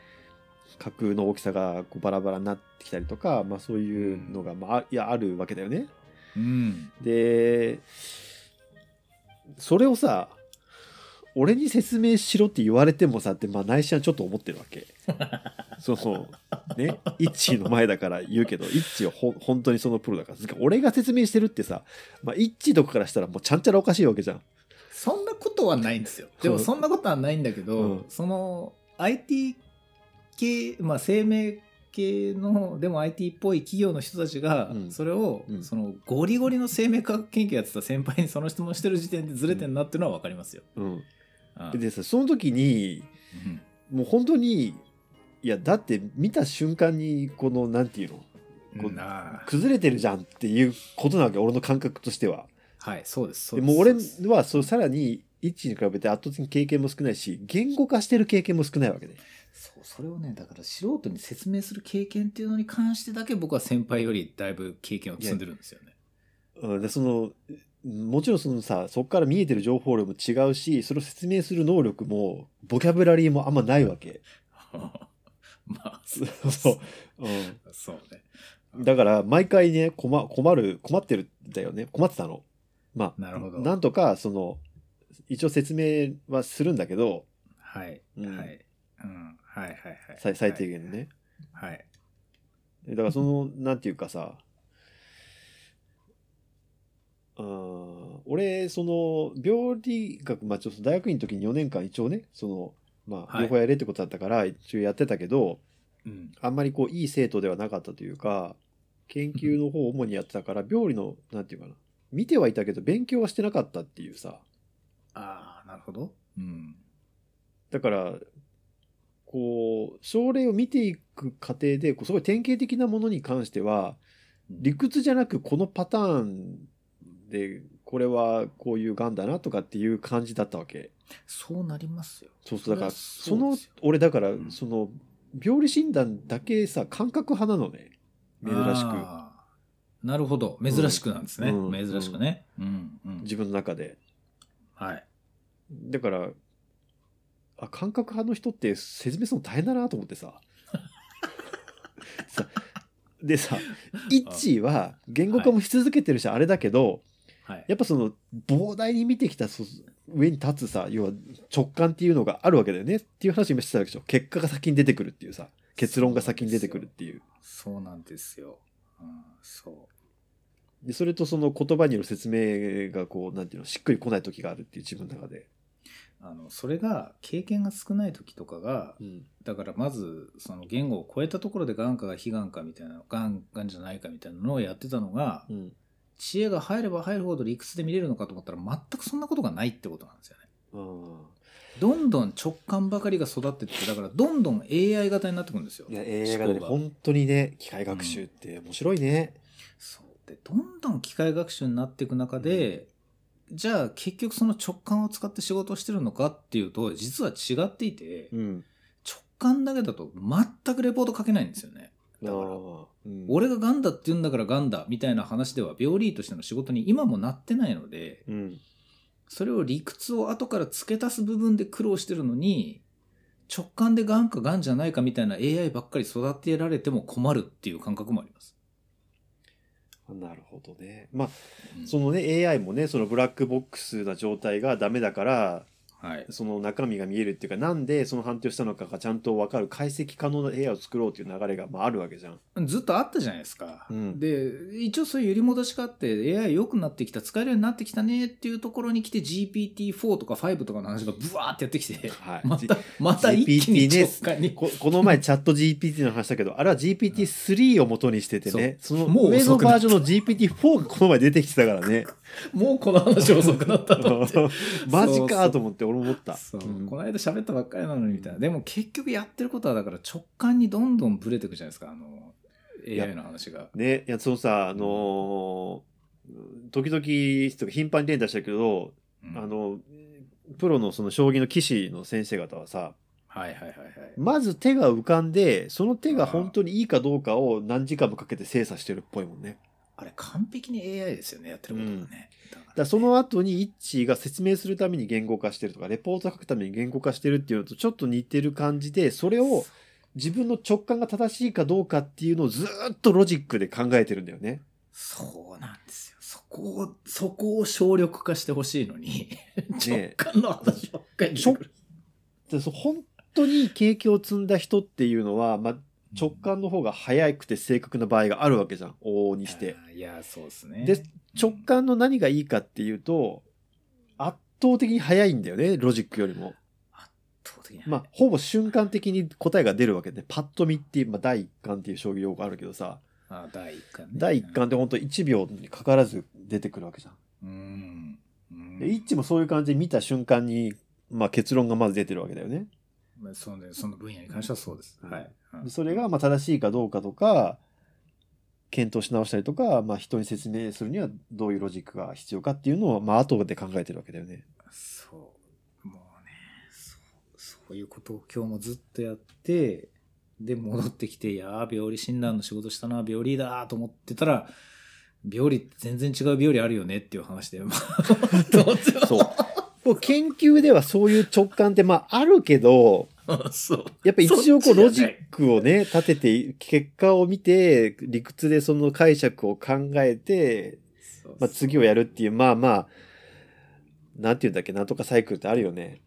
[SPEAKER 1] 核の大きさがこうバラバラになってきたりとか、まあ、そういうのが、まああ、いや、あるわけだよね。
[SPEAKER 2] うん
[SPEAKER 1] で、それをさ、俺に説明しろって言われてもさって、まあ、内心はちょっと思ってるわけ。そうそう。ね。イッチーの前だから言うけど、イッチーはほん本当にそのプロだから。つうか俺が説明してるってさ、まあ、イッチーとかからしたらもうちゃんちゃらおかしいわけじゃん。
[SPEAKER 2] そんなことはないんですよ。でもそんなことはないんだけど、
[SPEAKER 1] うん
[SPEAKER 2] その IT 系、まあ生命系の、でも IT っぽい企業の人たちが
[SPEAKER 1] う、ん
[SPEAKER 2] それを、
[SPEAKER 1] うん
[SPEAKER 2] そのゴリゴリの生命科学研究やってた先輩にその質問してる時点でずれてんなっていうのはわかりますよ。
[SPEAKER 1] うん。
[SPEAKER 2] うん
[SPEAKER 1] でさ、その時に、
[SPEAKER 2] うん
[SPEAKER 1] もう本当にいやだって見た瞬間にこのなんていうのこう
[SPEAKER 2] なあ
[SPEAKER 1] 崩れてるじゃんっていうことなわけ俺の感覚としては
[SPEAKER 2] はい、そうです。そ
[SPEAKER 1] で
[SPEAKER 2] うです
[SPEAKER 1] もう俺
[SPEAKER 2] そうです
[SPEAKER 1] はそうさらに一に比べて圧倒的に経験も少ないし言語化してる経験も少ないわけで、
[SPEAKER 2] そうそれをね、だから素人に説明する経験っていうのに関してだけ僕は先輩よりだいぶ経験を積んでるんですよね。
[SPEAKER 1] うん、でそのもちろんそのさそこから見えてる情報量も違うしそれを説明する能力もボキャブラリーもあんまないわけ
[SPEAKER 2] まあ、
[SPEAKER 1] そ
[SPEAKER 2] そ
[SPEAKER 1] ううそう、う
[SPEAKER 2] そうね。
[SPEAKER 1] ん、だから毎回ね困困る困ってるんだよね困ってたのまあ
[SPEAKER 2] なるほど。
[SPEAKER 1] なんとかその一応説明はするんだけど
[SPEAKER 2] はい、
[SPEAKER 1] うん
[SPEAKER 2] はい、うん、はいはいはい
[SPEAKER 1] 最最低限のね、
[SPEAKER 2] はい
[SPEAKER 1] だからそのなんていうかさうーん俺その病理学、まあ、ちょっと大学院の時に4年間一応ねそのまあ
[SPEAKER 2] はい
[SPEAKER 1] 両方やれってことだったから一応やってたけど、
[SPEAKER 2] うん
[SPEAKER 1] あんまりこういい生徒ではなかったというか研究の方を主にやってたから病理のなんていうかな見てはいたけど勉強はしてなかったっていうさ
[SPEAKER 2] ああなるほどうん
[SPEAKER 1] だからこう症例を見ていく過程でこうすごい典型的なものに関しては理屈じゃなくこのパターンでこれはこういうがんだなとかっていう感じだったわけ
[SPEAKER 2] そうなりますよ
[SPEAKER 1] そうそうだから
[SPEAKER 2] そ
[SPEAKER 1] そ
[SPEAKER 2] りゃそう
[SPEAKER 1] の
[SPEAKER 2] ですよ
[SPEAKER 1] 俺だから
[SPEAKER 2] うん
[SPEAKER 1] その病理診断だけさ感覚派なのね珍しく
[SPEAKER 2] あーなるほど珍しくなんですね、
[SPEAKER 1] うんうん
[SPEAKER 2] 珍しくねうんうん
[SPEAKER 1] 自分の中で
[SPEAKER 2] はい
[SPEAKER 1] だからあ感覚派の人って説明するの大変だなと思って ささでさイッチーは言語化もし続けてるしあれだけど、
[SPEAKER 2] はい
[SPEAKER 1] やっぱその膨大に見てきたそ上に立つさ要は直感っていうのがあるわけだよねっていう話今してたでしょ結果が先に出てくるっていうさ結論が先に出てくるっていう
[SPEAKER 2] そうなんですよ、うん、そ
[SPEAKER 1] でそれとその言葉による説明がこうなんていうのしっくりこない時があるっていう自分の中で、
[SPEAKER 2] うあのそれが経験が少ない時とかが
[SPEAKER 1] うん
[SPEAKER 2] だからまずその言語を超えたところでがんかが非がんかみたいながんがんじゃないかみたいなのをやってたのが、
[SPEAKER 1] うん
[SPEAKER 2] 知恵が入れば入るほど理屈で見れるのかと思ったら全くそんなことがないってことなんですよね。どんどん直感ばかりが育ってってだからどんどん AI 型になってくるんですよ。
[SPEAKER 1] いや映画でね
[SPEAKER 2] 思考が
[SPEAKER 1] 本当にね機械学習って面白いね、
[SPEAKER 2] そうでどんどん機械学習になっていく中で、じゃあ結局その直感を使って仕事をしてるのかっていうと実は違っていて、
[SPEAKER 1] ん、
[SPEAKER 2] 直感だけだと全くレポート書けないんですよね。だから
[SPEAKER 1] あーうん
[SPEAKER 2] 俺がガンだって言うんだからガンだみたいな話では病理医としての仕事に今もなってないので
[SPEAKER 1] うん
[SPEAKER 2] それを理屈を後から付け足す部分で苦労してるのに直感でがんかがんじゃないかみたいな AI ばっかり育てられても困るっていう感覚もあります。
[SPEAKER 1] なるほどね。まあ、
[SPEAKER 2] うん
[SPEAKER 1] そのね、AI もね、そのブラックボックスな状態がダメだから、
[SPEAKER 2] はい、
[SPEAKER 1] その中身が見えるっていうか、なんでその判定をしたのかがちゃんと分かる解析可能な AI を作ろうっていう流れが、まあ、あるわけじゃん。
[SPEAKER 2] ずっとあったじゃないですか。
[SPEAKER 1] うん
[SPEAKER 2] で一応そういう揺り戻しがあって AI 良くなってきた使えるようになってきたねっていうところに来て GPT4 とか5とかの話がブワーってやってきて
[SPEAKER 1] はい。
[SPEAKER 2] ま
[SPEAKER 1] G-
[SPEAKER 2] たまた一気に
[SPEAKER 1] GPT ね
[SPEAKER 2] 直感に。
[SPEAKER 1] ここの前チャット GPT の話だけどあれは GPT3 を元にしててねその
[SPEAKER 2] もう
[SPEAKER 1] 上
[SPEAKER 2] 遅
[SPEAKER 1] の
[SPEAKER 2] くな
[SPEAKER 1] バー
[SPEAKER 2] っ
[SPEAKER 1] ジ
[SPEAKER 2] た
[SPEAKER 1] ョンの GPT4 がこの前出てきてたからね
[SPEAKER 2] もうこの話遅くなったと思って。
[SPEAKER 1] マジ
[SPEAKER 2] そうそ
[SPEAKER 1] か
[SPEAKER 2] う
[SPEAKER 1] と思って俺も思った
[SPEAKER 2] そう
[SPEAKER 1] うん
[SPEAKER 2] この間喋ったばっかりなのにみたいな。でも結局やってることはだから直感にどんどんブレてくじゃないですか、あの、
[SPEAKER 1] や
[SPEAKER 2] AI の話が。
[SPEAKER 1] ねいやそのさあのー時々とか頻繁に連打したけど、
[SPEAKER 2] うん
[SPEAKER 1] あのプロのその将棋の棋士の先生方はさ
[SPEAKER 2] はいはいはいはい。
[SPEAKER 1] まず手が浮かんでその手が本当にいいかどうかを何時間もかけて精査してるっぽいもんね
[SPEAKER 2] あれ完璧に AI ですよね、やってることがね。だか
[SPEAKER 1] だか
[SPEAKER 2] ら
[SPEAKER 1] らその後にイッチーが説明するために言語化してるとかレポート書くために言語化してるっていうのとちょっと似てる感じでそれを自分の直感が正しいかどうかっていうのをずーっとロジックで考えてるんだよね。
[SPEAKER 2] そうなんですよ。そこを、そこを省力化してほしいのに、
[SPEAKER 1] ねえ
[SPEAKER 2] 直感の話ばっかり出てくる。
[SPEAKER 1] でそう本当にいい経験を積んだ人っていうのは、まあ、直感の方が早くて正確な場合があるわけじゃん往々にして。
[SPEAKER 2] いや。いや、そうですね。
[SPEAKER 1] で直感の何がいいかっていうと圧倒的に早いんだよねロジックよりも。
[SPEAKER 2] 圧倒的に
[SPEAKER 1] まあ、ほぼ瞬間的に答えが出るわけで、パッと見っていう、まあ、第一巻っていう将棋用語あるけどさ、
[SPEAKER 2] あ、第一巻ね。
[SPEAKER 1] 第一巻ってほんと1秒にかからず出てくるわけじゃん。
[SPEAKER 2] うん。うん。
[SPEAKER 1] で、イッチもそういう感じで見た瞬間に、まあ、結論がまず出てるわけだよね。
[SPEAKER 2] まあそのねその分野に関してはそうです。
[SPEAKER 1] うん
[SPEAKER 2] はい。うん
[SPEAKER 1] でそれが、まあ、正しいかどうかとか、検討し直したりとか、まあ、人に説明するにはどういうロジックが必要かっていうのを、まあ、後で考えてるわけだよね。
[SPEAKER 2] そう。もうね、そう、そういうことを今日もずっとやって、で、戻ってきて、いやー、病理診断の仕事したな、病理だーと思ってたら、病理って全然違う病理あるよねっていう話で、まあ、どうぞ
[SPEAKER 1] そう。もう研究ではそういう直感って、まあ、あるけど、
[SPEAKER 2] そう。
[SPEAKER 1] やっぱ一応こう
[SPEAKER 2] そ
[SPEAKER 1] ロ
[SPEAKER 2] っちじ
[SPEAKER 1] ジ
[SPEAKER 2] ゃない
[SPEAKER 1] ックをね、立てて、結果を見て、理屈でその解釈を考えて、
[SPEAKER 2] そう
[SPEAKER 1] まあ、次をやるっていう、まあまあ、なんていうんだっけ、なんとかサイクルってあるよね。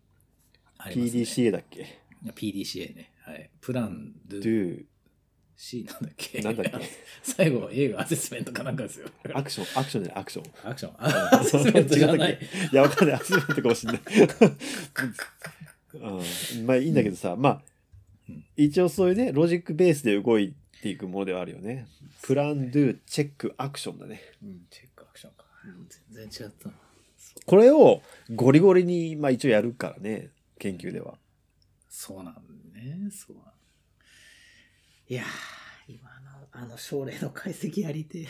[SPEAKER 2] ありますね
[SPEAKER 1] PDCA だっけ。
[SPEAKER 2] PDCA ね。はい。プラン、ドゥ、
[SPEAKER 1] Do、
[SPEAKER 2] C なんだっけ
[SPEAKER 1] なんだっけ。
[SPEAKER 2] 最後、映画アセスメントかなんかですよ。
[SPEAKER 1] アクション、アクションじゃない、アクション。
[SPEAKER 2] アクション。アセスメントじゃな
[SPEAKER 1] 違っ
[SPEAKER 2] い
[SPEAKER 1] た。っけ いや、わかんない。アクションってかもしんない。うん、まあいいんだけどさ、まあ
[SPEAKER 2] うん、
[SPEAKER 1] 一応そういうね、ロジックベースで動いていくものではあるよね。プラン、ドゥ、チェック、アクションだね。
[SPEAKER 2] チェックアクションか。全然違ったな。
[SPEAKER 1] これをゴリゴリに、まあ、一応やるからね研究では
[SPEAKER 2] そうなんだね、そうなんだいやー、今の、あの、症例の解析やりてえ。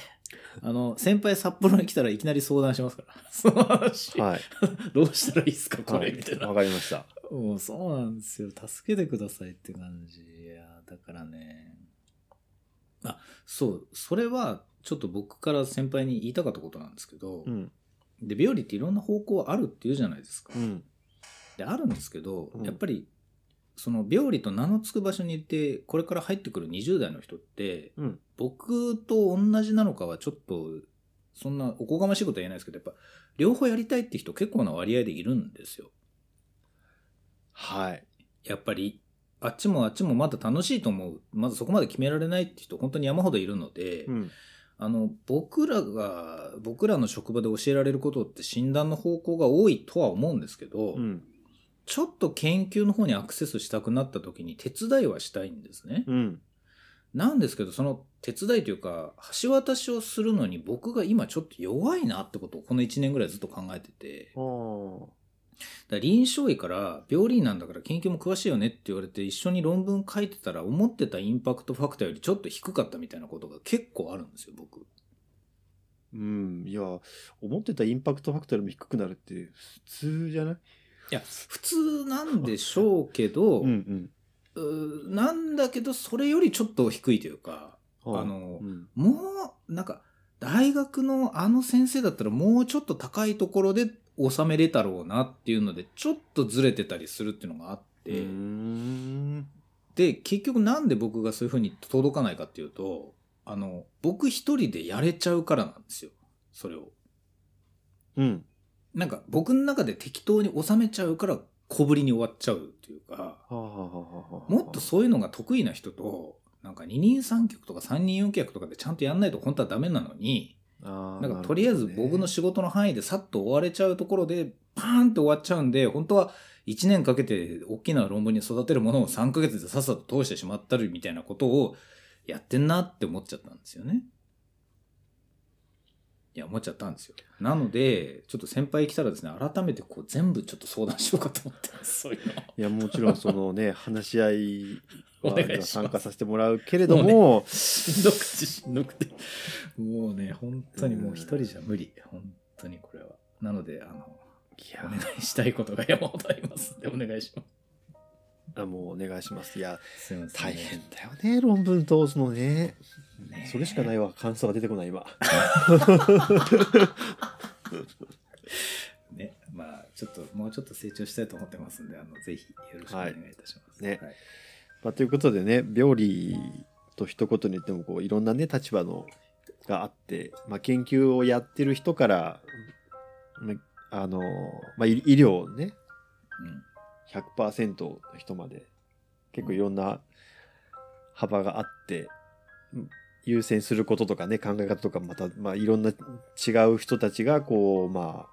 [SPEAKER 2] あの、先輩札幌に来たらいきなり相談しますから。その話、
[SPEAKER 1] はい
[SPEAKER 2] どうしたらいいですか、こ
[SPEAKER 1] は
[SPEAKER 2] れ、
[SPEAKER 1] い
[SPEAKER 2] みたいな
[SPEAKER 1] わ。かりました
[SPEAKER 2] もうそうなんですよ。助けてくださいって感じ。いやー、だからね。あ、そう、それは、ちょっと僕から先輩に言いたかったことなんですけど、
[SPEAKER 1] うん
[SPEAKER 2] で、病理っていろんな方向あるっていうじゃないですか。
[SPEAKER 1] うん
[SPEAKER 2] であるんですけど、
[SPEAKER 1] うん
[SPEAKER 2] やっぱりその病理と名の付く場所にいてこれから入ってくる20代の人って
[SPEAKER 1] うん
[SPEAKER 2] 僕と同じなのかはちょっとそんなおこがましいことは言えないですけどやっぱ両方やりたいって人結構な割合でいるんですよ。
[SPEAKER 1] はい
[SPEAKER 2] やっぱりあっちもあっちもまだ楽しいと思うまずそこまで決められないって人本当に山ほどいるので、
[SPEAKER 1] うん
[SPEAKER 2] あの僕らが僕らの職場で教えられることって診断の方向が多いとは思うんですけど、
[SPEAKER 1] うん
[SPEAKER 2] ちょっと研究の方にアクセスしたくなった時に手伝いはしたいんですね。
[SPEAKER 1] うん
[SPEAKER 2] なんですけど、その手伝いというか、橋渡しをするのに僕が今ちょっと弱いなってことをこの1年ぐらいずっと考えてて、だか
[SPEAKER 1] お
[SPEAKER 2] ら臨床医から病理医なんだから研究も詳しいよねって言われて一緒に論文書いてたら思ってたインパクトファクターよりちょっと低かったみたいなことが結構あるんですよ、僕。
[SPEAKER 1] うんいや思ってたインパクトファクターよりも低くなるって普通じゃない
[SPEAKER 2] いや、普通なんでしょうけど、
[SPEAKER 1] うんうん
[SPEAKER 2] うーなんだけどそれよりちょっと低いというか、
[SPEAKER 1] はい
[SPEAKER 2] あの、
[SPEAKER 1] うん
[SPEAKER 2] もう、なんか、大学のあの先生だったらもうちょっと高いところで収めれたろうなっていうのでちょっとずれてたりするっていうのがあって、
[SPEAKER 1] うーん
[SPEAKER 2] で結局なんで僕がそういう風に届かないかっていうとあの僕一人でやれちゃうからなんですよそれを
[SPEAKER 1] うん
[SPEAKER 2] なんか僕の中で適当に収めちゃうから小ぶりに終わっちゃうっていうか
[SPEAKER 1] はあはあはあはあはあ
[SPEAKER 2] もっとそういうのが得意な人となんか二人三脚とか三人四脚とかでちゃんとやんないと本当はダメなのに
[SPEAKER 1] あー
[SPEAKER 2] なん
[SPEAKER 1] なる
[SPEAKER 2] かと
[SPEAKER 1] ほどね
[SPEAKER 2] りあえず僕の仕事の範囲でさっと終われちゃうところでパーンと終わっちゃうんで本当は1年かけて大きな論文に育てるものを3ヶ月でさっさと通してしまったりみたいなことをやってんなって思っちゃったんですよね。いや思っちゃったんですよ。なのでちょっと先輩来たらですね改めてこう全部ちょっと相談しようかと思って ますそういうの。
[SPEAKER 1] いやもちろんそのね話し合い
[SPEAKER 2] お願いしま
[SPEAKER 1] は
[SPEAKER 2] す
[SPEAKER 1] 参加させてもらうけれども
[SPEAKER 2] しんどくてしんどくてもうね本当にもう一人じゃ無理本当にこれはなのであの
[SPEAKER 1] い
[SPEAKER 2] お
[SPEAKER 1] や
[SPEAKER 2] 願いしたいことが山ほどありますんでお願いしま
[SPEAKER 1] あもうお願いしますいや
[SPEAKER 2] すすいません
[SPEAKER 1] 大変だよね論文通すのね
[SPEAKER 2] ね
[SPEAKER 1] それしかないわ感想が出てこない今
[SPEAKER 2] ねまあちょっともうちょっと成長したいと思ってますんであのぜひよろしくお願いいたします、
[SPEAKER 1] はいね
[SPEAKER 2] はい
[SPEAKER 1] まあ、ということでね病理と一言に言ってもこういろんなね立場のがあって、まあ、研究をやってる人から、まああのまあ、医医療ね100%の人まで結構いろんな幅があってうん優先することとかね考え方とかまた、まあ、いろんな違う人たちがこうまあ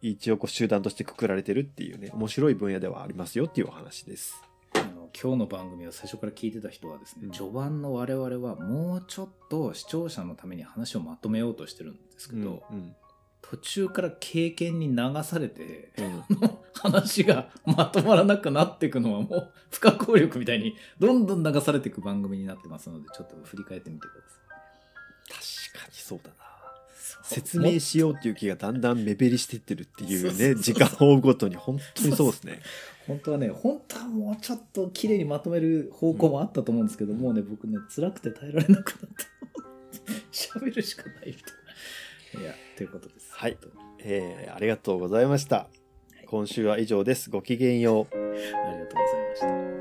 [SPEAKER 1] 一応こう集団としてくくられてるっていうね面白い分野ではありますよっていうお話です。
[SPEAKER 2] うん、あの今日の番組を最初から聞いてた人はですね、
[SPEAKER 1] うん
[SPEAKER 2] 序盤の我々はもうちょっと視聴者のために話をまとめようとしてるんですけど、
[SPEAKER 1] うん
[SPEAKER 2] 途中から経験に流されて
[SPEAKER 1] うん
[SPEAKER 2] 話がまとまらなくなっていくのはもう不可抗力みたいにどんどん流されていく番組になってますのでちょっと振り返ってみてくだ
[SPEAKER 1] 確かにそうだな
[SPEAKER 2] さい
[SPEAKER 1] 説明しようっていう気がだんだん目減りしてってるっていうね
[SPEAKER 2] そうそうそう
[SPEAKER 1] 時間を追うごとに本当にそうですね
[SPEAKER 2] 本当はね本当はもうちょっと綺麗にまとめる方向もあったと思うんですけど、もうね僕ね辛くて耐えられなくなった 喋るしかないみたいないやということです
[SPEAKER 1] はいえーありがとうございました今週は以上ですごきげんよう
[SPEAKER 2] ありがとうございました